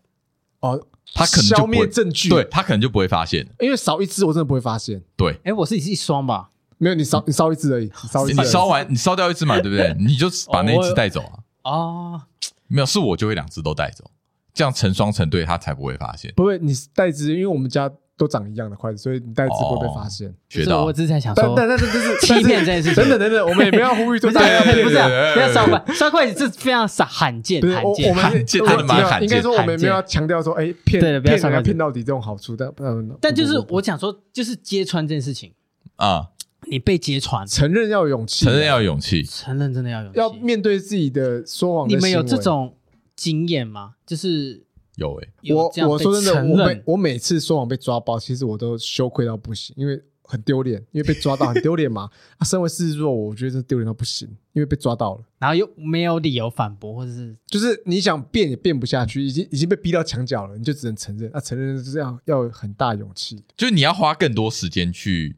S1: 哦，
S3: 他可能就
S1: 消
S3: 不会
S1: 灭证据，
S3: 对，他可能就不会发现。
S1: 因为少一只我真的不会发现，
S3: 对，
S2: 哎，我是一双吧？
S1: 没有你烧你烧一 只而已，你烧一只
S3: 你
S1: 而已，
S3: 烧完，你烧掉一只嘛，对不对？你就把那一只带走啊。
S2: 哦，
S3: 没有，是我就会两只都带走，这样成双成对，他才不会发现。
S1: 不会你带一只，因为我们家都长一样的筷子，所以你带一只不会被发现。
S3: 学
S2: 就是
S3: 到
S2: 我只是在想
S1: 但
S2: 说，
S1: 但但是这是
S2: 哦欺骗这件事情
S1: 等等等等，我们也没有要呼吁
S2: 不
S1: 说
S2: 是
S1: 大家要
S2: 啊
S3: 对
S1: 骗
S3: 对
S2: 不是
S1: 人。
S2: 啊
S3: 对对对
S2: 不要烧筷，烧筷子这非常少罕见
S1: 不是
S2: 罕
S1: 我，我
S2: 见。
S1: 们
S3: 罕见真的蛮罕
S1: 应
S3: 见
S1: 该说我们没有要强调说，哎，骗
S2: 对的不
S1: 骗
S2: 要
S1: 人
S2: 上
S1: 家
S2: 来
S1: 骗到底这种好处，但嗯
S2: 但就是
S1: 不不不
S2: 我想说，就是揭穿这件事情，
S3: 啊，
S2: 你被揭穿，
S1: 承认要有勇气，
S3: 承认要有勇气。
S2: 承认真的要有勇气
S1: 要面对自己的说谎的
S2: 你们有
S1: 行为
S2: 这种经验吗？就是
S3: 有欸诶，
S2: 有
S1: 我
S2: 这样
S1: 我
S2: 被
S1: 说真的，
S2: 承
S1: 我每
S2: 认
S1: 我每次说谎被抓包，其实我都羞愧到不行，因为很丢脸，因为被抓到很丢脸嘛。 啊，身为狮子座，我觉得这丢脸到不行，因为被抓到了，
S2: 然后又没有理由反驳，或者是
S1: 就是你想变也变不下去，已经已经被逼到墙角了，你就只能承认。那、承认就是要要有很大勇气，
S3: 就是你要花更多时间去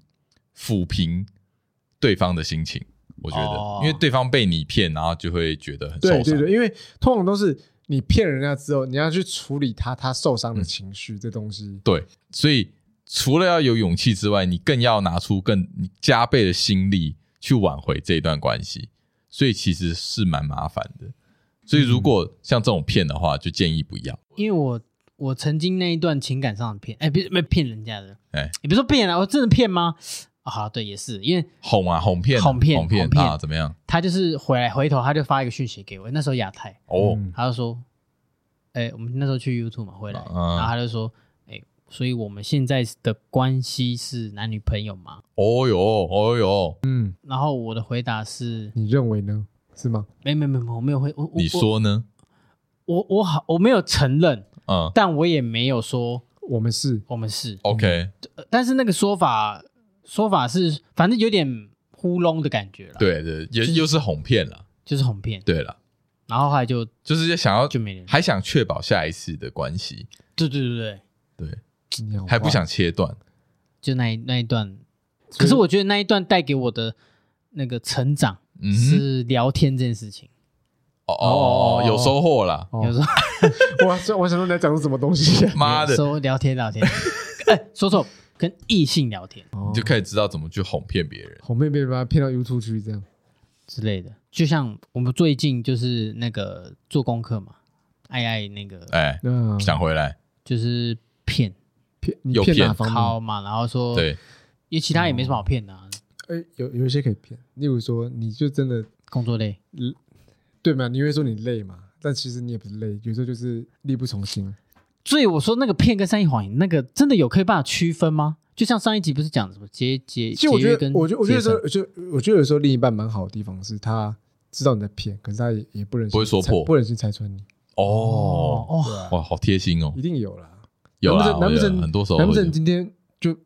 S3: 抚平对方的心情。我觉
S2: 哦
S3: 得，因为对方被你骗，然后就会觉得很
S1: 对
S3: 受伤
S1: 对。对，因为通常都是你骗人家之后，你要去处理他他受伤
S2: 嗯
S1: 的情绪，这东西。
S3: 对，所以除了要有勇气之外，你更要拿出更你加倍的心力去挽回这一段关系，所以其实是蛮麻烦的。所以如
S2: 嗯
S3: 果像这种骗的话，就建议不要。
S2: 因为我我曾经那一段情感上的骗，哎，别没骗人家的，
S3: 哎，
S2: 你别说骗了，我真的骗吗？啊，好对，也是，因为
S3: 哄啊，哄骗啊、
S2: 哄骗
S3: 哄骗
S2: 哄骗
S3: 啊，怎么样？
S2: 他就是回来回头他就发一个讯息给我，那时候亚太，
S3: 哦，
S1: 嗯
S2: 他就说，哎，我们那时候去 YouTube 嘛，回来，
S3: 嗯
S2: 然后他就说，哎，所以我们现在的关系是男女朋友嘛？
S3: 哦哟，哦哟，
S1: 嗯，
S2: 然后我的回答是，
S1: 你认为呢？是吗？
S2: 没没没没，我没有回，我我
S3: 你说呢？
S2: 我我好，我没有承认，
S3: 嗯
S2: 但我也没有说
S1: 我们是
S2: 我们是，
S3: ，OK，
S2: 呃但是那个说法说法是，反正有点糊弄的感觉了，，
S3: 对对，
S2: 就
S3: 也
S2: 是
S3: 又是哄骗了，
S2: 就是哄骗。
S3: 对了，
S2: 然后后来就
S3: 就是想要
S2: 就没联络
S3: 还想确保下一次的关系，
S2: 对对对对，
S3: 对，
S1: 你
S2: 哦
S1: 好
S3: 还不想切断。
S2: 就那一那一段。
S1: 所以
S2: 可是我觉得那一段带给我的那个成长
S3: 嗯哼，
S2: 是聊天这件事情。
S3: 哦哦哦，有收获啦！
S1: 哦
S2: 有时候
S1: 我想我想说你在讲什么东西、啊？
S3: 妈的，
S2: 说聊天聊 天，哎，说错，跟异性聊天
S3: 你就可以知道怎么去哄骗别人。
S1: 红妹被把他骗到 YouTube 去这样。
S2: 之类的。就像我们最近就是那个做功课嘛，爱爱那个
S3: 哎，
S2: 嗯
S1: 那
S3: 想回来，
S2: 就是骗
S1: 骗你
S3: 有
S1: 骗哪
S3: 骗
S1: 方面？
S2: 考嘛，然后说，
S3: 对，
S2: 因为其他也没什么
S1: 哦
S2: 好骗的、啊，
S1: 哎，有有一些可以骗，例如说你就真的
S2: 工作累，
S1: 对嘛？你会说你累嘛？但其实你也不是累，有时候就是力不从心。
S2: 所以我说那个骗跟善意谎言，那个真的有可以办法区分吗？就像上一集不是讲什么节节，
S1: 其实我
S2: 节
S1: 觉
S2: 约
S1: 得
S2: 跟，
S1: 我觉得我觉得
S2: 节省
S1: 说，就我觉得有时候另一半蛮好的地方是他知道你在骗，可是他也也不忍心
S3: 不会说
S1: 拆
S3: 破
S1: 不忍心拆穿你，
S2: 哦
S3: 哦，
S2: 哦，
S3: 哇，好贴心哦
S1: 一，定有啦。
S3: 有啦，
S1: 难不成
S3: 我觉得很多时候
S1: 难不
S3: 会
S1: 成今天就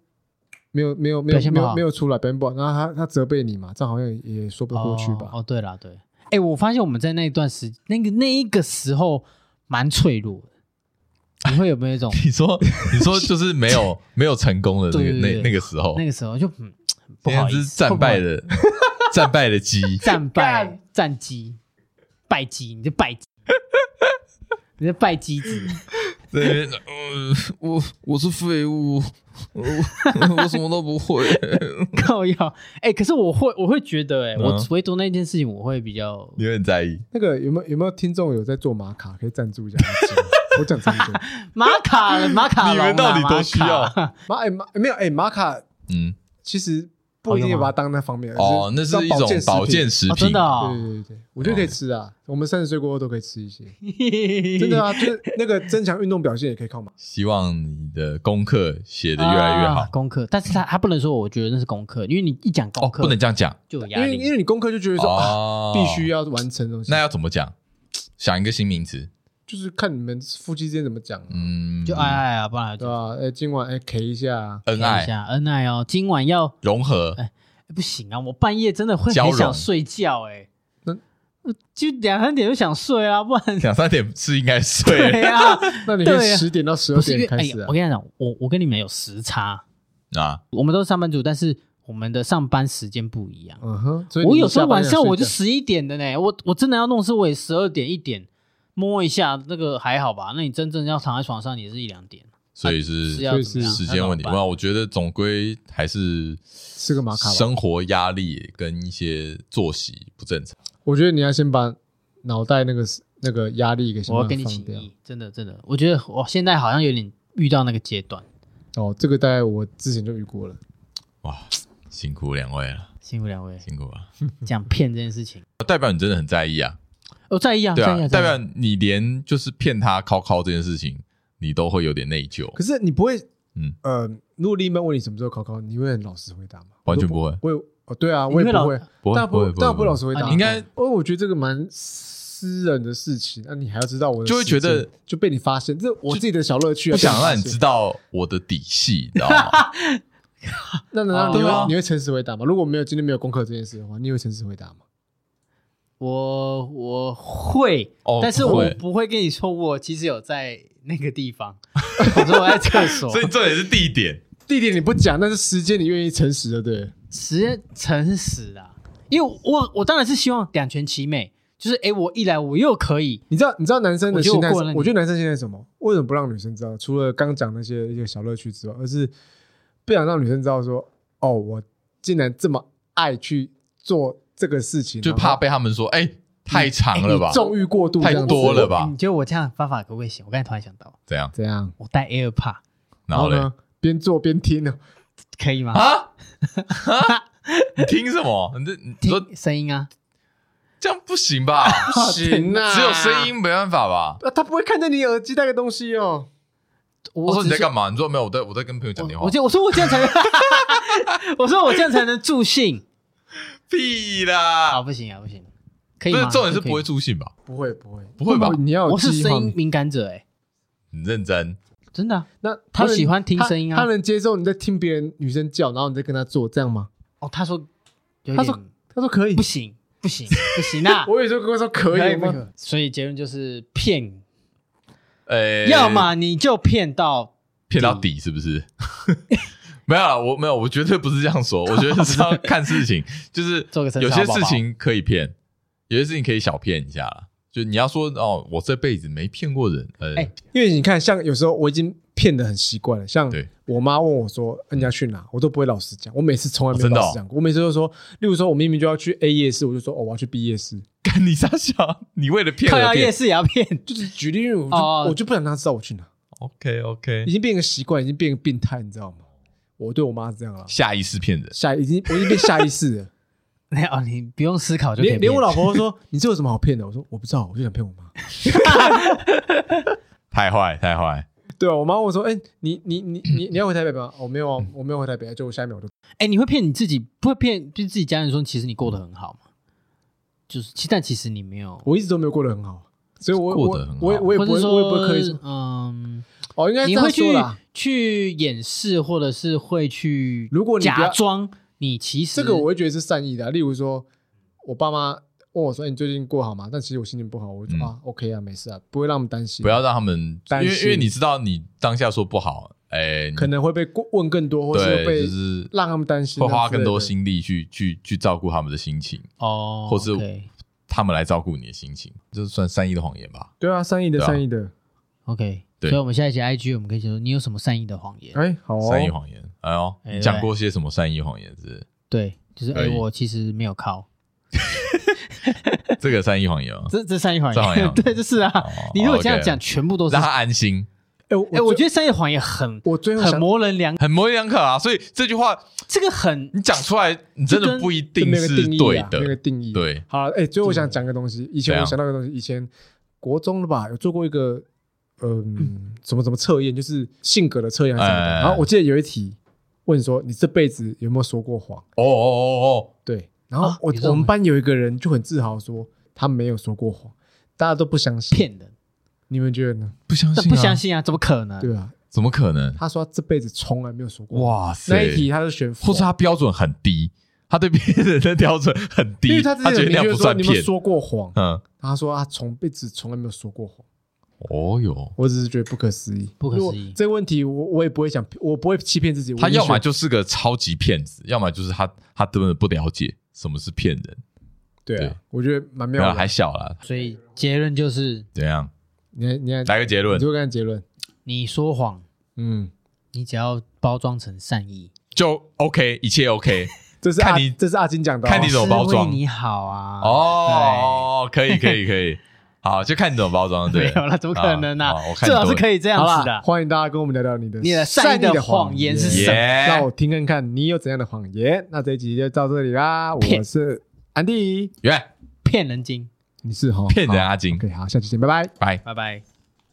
S1: 没有没有没
S2: 表
S1: 有
S2: 现
S1: 没
S2: 不好
S1: 有没有出来表现不好，然后他他责备你嘛，这样好像也也说不过去吧？
S2: 哦，哦对啦，对，哎，我发现我们在那一段时，那个那一个时候蛮脆弱的，你会有没有 一种
S3: 你说你说就是没 有没有成功的那个
S2: 对对
S3: 那
S2: 对
S3: 那个时候
S2: 那，个时候就嗯不
S3: 现在
S2: 好意
S3: 是
S2: 思，
S3: 战败的战败的 鸡，
S2: 战败战鸡败鸡，你就败鸡，你是败鸡子，
S3: 对，呃，我我是废物， 我我什么都不会。
S2: 靠要哎，可是我会我会觉得哎，我
S3: 嗯
S2: 唯独那件事情我会比较
S3: 你很在意，
S1: 那个有没有有没有听众有在做玛卡可以赞助一下？ 我讲真的，
S2: 马卡 马卡龙啊，
S3: 你们到底多需要
S2: 马卡哦
S1: 玛哎玛没有哎玛卡
S3: 嗯，
S1: 其实不一定
S2: 哦有
S1: 要
S2: 吗
S1: 把它当那方面
S3: 哦，那是一种保
S1: 保
S3: 健
S1: 食
S3: 食
S2: 哦，
S3: 品
S2: 真
S1: 品。
S2: 的，哦，
S1: 对对对，我觉得可以吃啊，我们三十岁过后都可以吃一些，真 的啊，就是那个增强运动表现也可以靠玛。
S3: 希望你的功课写的越来越 好
S2: 啊。功课，但是他他不能说，我觉得那是功课，因为你一讲功
S3: 哦，
S2: 课，
S3: 不能这样讲
S2: 就有
S1: 因
S2: 压
S1: 为因
S2: 力。
S1: 为你功课就觉得说啊，
S3: 哦，
S1: 必须。要完成的东西，
S3: 那要怎么讲？想一个新名词，
S1: 就是看你们夫妻之间怎么讲啊，
S3: 嗯，
S2: 就爱爱啊，不然
S1: 对
S2: 就
S1: 吧？哎，今晚哎 K 一下啊，
S3: 恩
S2: 看一
S3: 爱
S2: 下恩爱哦。今晚要
S3: 融合，
S2: 哎不行啊，我半夜真的会
S3: 交
S2: 很
S3: 融
S2: 想睡觉哎
S1: 那，
S2: 就两三点就想睡啊，不 然
S3: 两三点是应该睡
S2: 对啊，
S1: 那你可
S2: 对
S1: 以
S2: 啊
S1: 十点到十
S2: 不
S1: 二
S2: 是因为
S1: 点
S2: 哎
S1: 开
S2: 呀
S1: 始啊
S2: 我。跟你讲，我我跟你们有时差，
S3: 啊。
S2: 我们都是上班族，但是我们的上班时间不一样。
S1: 嗯哼，所以
S2: 我
S1: 你
S2: 有时候
S1: 下班
S2: 晚
S1: 也
S2: 上我就
S1: 睡觉
S2: 十一点的呢，我我真的要弄是我也十二点一点摸一下，那个还好吧？那你真正要躺在床上也是一两点，
S3: 所以是
S2: 啊是要怎么样？
S3: 时间问题。
S2: 那怎
S3: 不
S2: 么
S3: 然我觉得总归还是
S1: 吃个玛卡吧。
S3: 生活压力跟一些作息不正常。
S1: 我觉得你要先把脑袋那个那个压力给
S2: 办
S1: 先
S2: 我
S1: 把它
S2: 要跟你
S1: 放
S2: 请
S1: 掉。
S2: 益，真的真的，我觉得我现在好像有点遇到那个阶段，
S1: 哦，这个大概我之前就遇过了。
S3: 哇，辛苦两位了，
S2: 辛苦两位。
S3: 辛苦啊了。
S2: 讲骗这件事情，
S3: 哦代表你真的很在意啊，
S2: 我在意啊，
S3: 对
S2: 在意
S3: 啊，
S2: 啊，
S3: 代
S2: 在
S3: 表
S2: 意啊
S3: 你连就是骗他靠靠这件事情，你都会有点内疚，
S1: 可是你不会，
S3: 嗯
S1: 嗯呃，如果另一半问你什么时候考考，你会很老实回答吗？
S3: 完全
S1: 我
S3: 不会，
S1: 都不，我也哦，对啊，
S2: 你
S1: 我也
S2: 会
S1: 不
S2: 老
S1: 会，
S3: 不会
S1: 但
S3: 不会
S1: 但不
S3: 会
S1: 老实回
S2: 啊
S1: 答。
S2: 你
S3: 应该
S1: 哦，我觉得这个蛮私人的事情，那你还要知道我的
S3: 就会
S1: 时间，
S3: 觉得
S1: 就被你发现，这我自己的小乐趣啊。
S3: 不想
S1: 被
S3: 让你
S1: 发现
S3: 知，道我的底细，你知 道吗？
S1: 那难道你
S3: 对啊
S1: 会你会诚实回答吗？如果没有今天没有功课这件事的话，你会诚实回答吗？
S2: 我我会
S3: 哦，
S2: 但是
S3: 不
S2: 我
S3: 会
S2: 不会跟你说我其实有在那个地方， 我说我在厕所，
S3: 所以这也是地点，
S1: 地点你不讲，但是时间你愿意诚实的，对。
S2: 实验诚实啦，因为我我当然是希望两全其美，就是诶，我一来我又可以，
S1: 你知道，你知道男生的心态是，
S2: 我觉得我过了那
S1: 我觉得男生现在什么？为什么不让女生知道？除了刚讲那些一些小乐趣之外，而是不想让女生知道说，哦，我竟然这么爱去做这个事情，
S3: 就
S1: 然后
S3: 怕被他们说，哎，太长了
S2: 哎
S3: 吧，
S1: 纵欲过度，
S3: 太
S1: 这样子
S3: 多了吧
S2: 你觉得我这样的方法可不可以行？我刚才突然想到，
S3: 怎样？
S1: 怎样？
S2: 我戴 AirPod
S3: 然后嘞
S1: 呢？边做边听呢？
S2: 可以吗？
S3: 啊。 啊你听什么？你这你说
S2: 听声音啊，
S3: 这样不行吧？不
S1: 行啊
S3: 只有声音没办法吧？
S1: 啊，他不会看见你耳机带个东西哦。
S3: 我说
S2: 只
S3: 你在
S2: 是
S3: 干嘛？你说没有，我在我在跟朋友讲电
S2: 我
S3: 话。
S2: 我就我说我这样才能， 我说我这样才能助兴
S3: 屁
S2: 啊！
S3: 啦！
S2: 不行啊，不行，可以
S3: 不是
S2: 吗？
S3: 重点是
S2: 可以
S3: 不会助兴吧？
S1: 不会，不会，
S3: 不会吧
S1: 你要有
S2: 我是
S1: 计划
S2: 声音敏感者哎、
S3: 很认真，
S2: 真的啊、
S1: 那他能
S2: 我喜欢听声音啊
S1: 他他能接受你在听别人女生叫，然后你在跟他做这样吗？
S2: 哦，他说有一
S1: 他
S2: 点
S1: 说他说可以，
S2: 不，行，不 行不行啊
S1: 我有时候跟我说可以
S2: 不
S1: 吗？
S2: 可所以结论就是骗，
S3: 呃，
S2: 要么你就骗到
S3: 骗到底是不是？ 没有啦，我没有，我绝对不是这 样说。我觉得是要看事情， 就是
S2: 做个生肖
S3: 有些
S2: 宝宝
S3: 事情可以骗，有些事情可以小骗一下啦。就你要说哦，我这辈子没骗过人，呃，
S2: 哎
S1: 因为你看，像有时候我已经骗的很习惯了，像
S3: 对
S1: 我妈问我说人家去哪，我都不会老实讲，我每次从来没有
S3: 哦真的哦
S1: 老实讲过，我每次都说，例如说我明明就要去 A 夜市，我就说哦我要去 B 夜市，
S3: 干你傻笑，你为了骗
S2: 靠
S3: 而
S2: 要夜
S3: 骗。
S2: 市也要骗，
S1: 就是举例，因为我就
S2: 哦
S1: 我就不想让她知道我去哪，
S3: OK
S1: 已
S3: OK，
S1: 经变个习惯，已经变个病态，你知道吗？我对我妈是这样啊，
S3: 下意识骗人，
S1: 下已经我已经变下意识 了，
S2: 没有你不用思考就可以
S1: 连连我
S2: 骗
S1: 老婆都说你这有什么好骗的？我说我不知道，我就想骗我妈。
S3: 太坏太坏。
S1: 对啊，我妈问我说，哎、你你你你你要回台北吗？我、没有
S3: 嗯
S1: 啊，我没有回台北，就我下一秒我就
S2: 哎、你会骗你自己，不会骗就自己家人说，其实你过得很好嘛？就是，其但其实你没有，
S1: 我一直都没有过得很好，所以我我
S3: 过得很好
S1: 我也我也
S2: 或
S1: 不会，
S2: 者说，
S1: 我也不会刻意说
S2: 嗯，
S1: 哦，应该这
S2: 你
S1: 样
S2: 会去
S1: 说啦。
S2: 去掩饰，或者是会去，
S1: 如果你不要
S2: 假装你其实
S1: 这个我会觉得是善意的啊、例如说，我爸妈问我说：“哎、你最近过好吗？”但其实我心情不好，我就说、
S3: 嗯
S1: 啊，OK 啊，没事啊，不会让他们担心，
S3: 不要让他们，因
S1: 担
S3: 为
S1: 心
S3: 因为你知道你当下说不好，哎，你
S1: 可能会被过问更多，或是
S3: 对，
S1: 被
S3: 就是
S1: 让他们担心啊
S3: 会花
S1: 之类
S3: 更多
S1: 的
S3: 心力去去去照顾他们的心情，
S2: 哦，
S3: 或是
S2: OK,
S3: 他们来照顾你的心情，这算善意的谎言吧？
S1: 对啊，善意的，
S3: 对啊
S1: 善意的，
S2: OK，
S3: 对
S2: 所以我们下一集 IG 我们可以说你有什么善意的谎言？
S1: 哎、好、哦，
S3: 善意谎言，哎呦，
S2: 哎
S3: 你讲过些什么善意谎言是
S2: 对，就是哎、
S3: 可以
S2: 我其实没有靠，
S3: 不是？这个善意谎言哦，
S2: 这这善意谎
S3: 这谎言
S2: 言，对，这是啊。
S3: 哦
S2: 你如果这样
S3: OK
S2: 讲，全部都是
S3: 让他安心，
S1: 哎、我
S2: 哎、我觉
S1: 得
S2: 得善意谎言很
S1: 我最后
S2: 很
S1: 想
S2: 模棱两，
S3: 很模棱两可啊。所以这句话
S2: 这个很
S3: 你讲出来，你真
S2: 就
S3: 的
S2: 跟
S3: 不一
S1: 就
S3: 定
S1: 那个
S3: 是
S1: 定义
S3: 对
S1: 啊那个
S3: 的。
S1: 定义，
S3: 对，
S1: 好了，哎、最后我想讲个东西。以前
S3: 怎
S1: 我
S3: 样
S1: 想到一个东西，以前国中的吧，有做过一个，嗯，什么什么测验，就是性格的测验还是什么的。
S3: 哎哎哎
S1: 然后我记得有一题问说，你这辈子有没有说过谎？
S3: 哦哦哦
S1: 对，然后
S2: 啊
S1: 我、
S2: 你说
S1: 我们班有一个人就很自豪说他没有说过谎，大家都不相信。
S2: 骗人，
S1: 你们觉得呢？
S3: 哦，不相
S2: 但
S3: 信，
S2: 不相，信啊，怎么可能？
S1: 对啊，
S3: 怎么可能？
S1: 他说他这辈子从来没有说过谎。
S3: 哇塞！
S1: 那一题他就选否
S3: 或是他标准很低，他对别人的标准很
S1: 因
S3: 低，
S1: 为他之前
S3: 觉
S1: 很明
S3: 得那样
S1: 确
S3: 不
S1: 说
S3: 算
S1: 你有没有
S3: 骗。
S1: 说过谎，
S3: 嗯，
S1: 他说他从辈子从来没有说过谎。
S3: 哦哟，
S1: 我只是觉得不可思议，
S2: 不可思议
S1: 如果这个问题我，我也不会想，我不会欺骗自己。
S3: 他要么
S1: 我一定选
S3: 就是个超级骗子，要么就是他他根本不了解什么是骗人。
S1: 对啊
S3: 对
S1: 我觉得蛮
S3: 没
S1: 妙
S3: 有
S1: 的。
S3: 啦还小啦，
S2: 所以结论就是，
S3: 怎样？
S1: 你看你看，
S3: 来个结论
S1: 你，就看结论，
S2: 你说谎，
S1: 嗯，
S2: 你只要包装成善意，
S3: 就 OK，一切 OK。
S1: 这是
S3: 看
S1: 阿
S3: 你
S1: 这是阿金讲的哦，
S3: 看你怎么包装
S2: 是为你好啊。
S3: 哦，可以可以可以，好，就看你怎么包装，
S2: 对，
S3: 对
S2: 没，有了，怎么可能
S3: 啊
S2: 啊
S3: 好我？看
S2: 最好
S3: 你
S2: 是
S3: 都
S2: 可以这样
S1: 好
S2: 子
S1: 啦，
S2: 的。
S1: 欢迎大家跟我们聊聊你的
S2: 你的善
S1: 善
S2: 意
S1: 意
S2: 的
S1: 谎
S2: 谎言是什
S3: 么耶
S1: 让我听看看你有怎样的谎言。那这一集就到这里啦，我
S2: 骗
S1: 是安迪，
S3: 原来
S2: 骗人精，
S1: 你是哈
S3: 骗人阿金，
S1: ？OK，好，下期见，拜拜。
S3: 拜。
S2: 拜拜。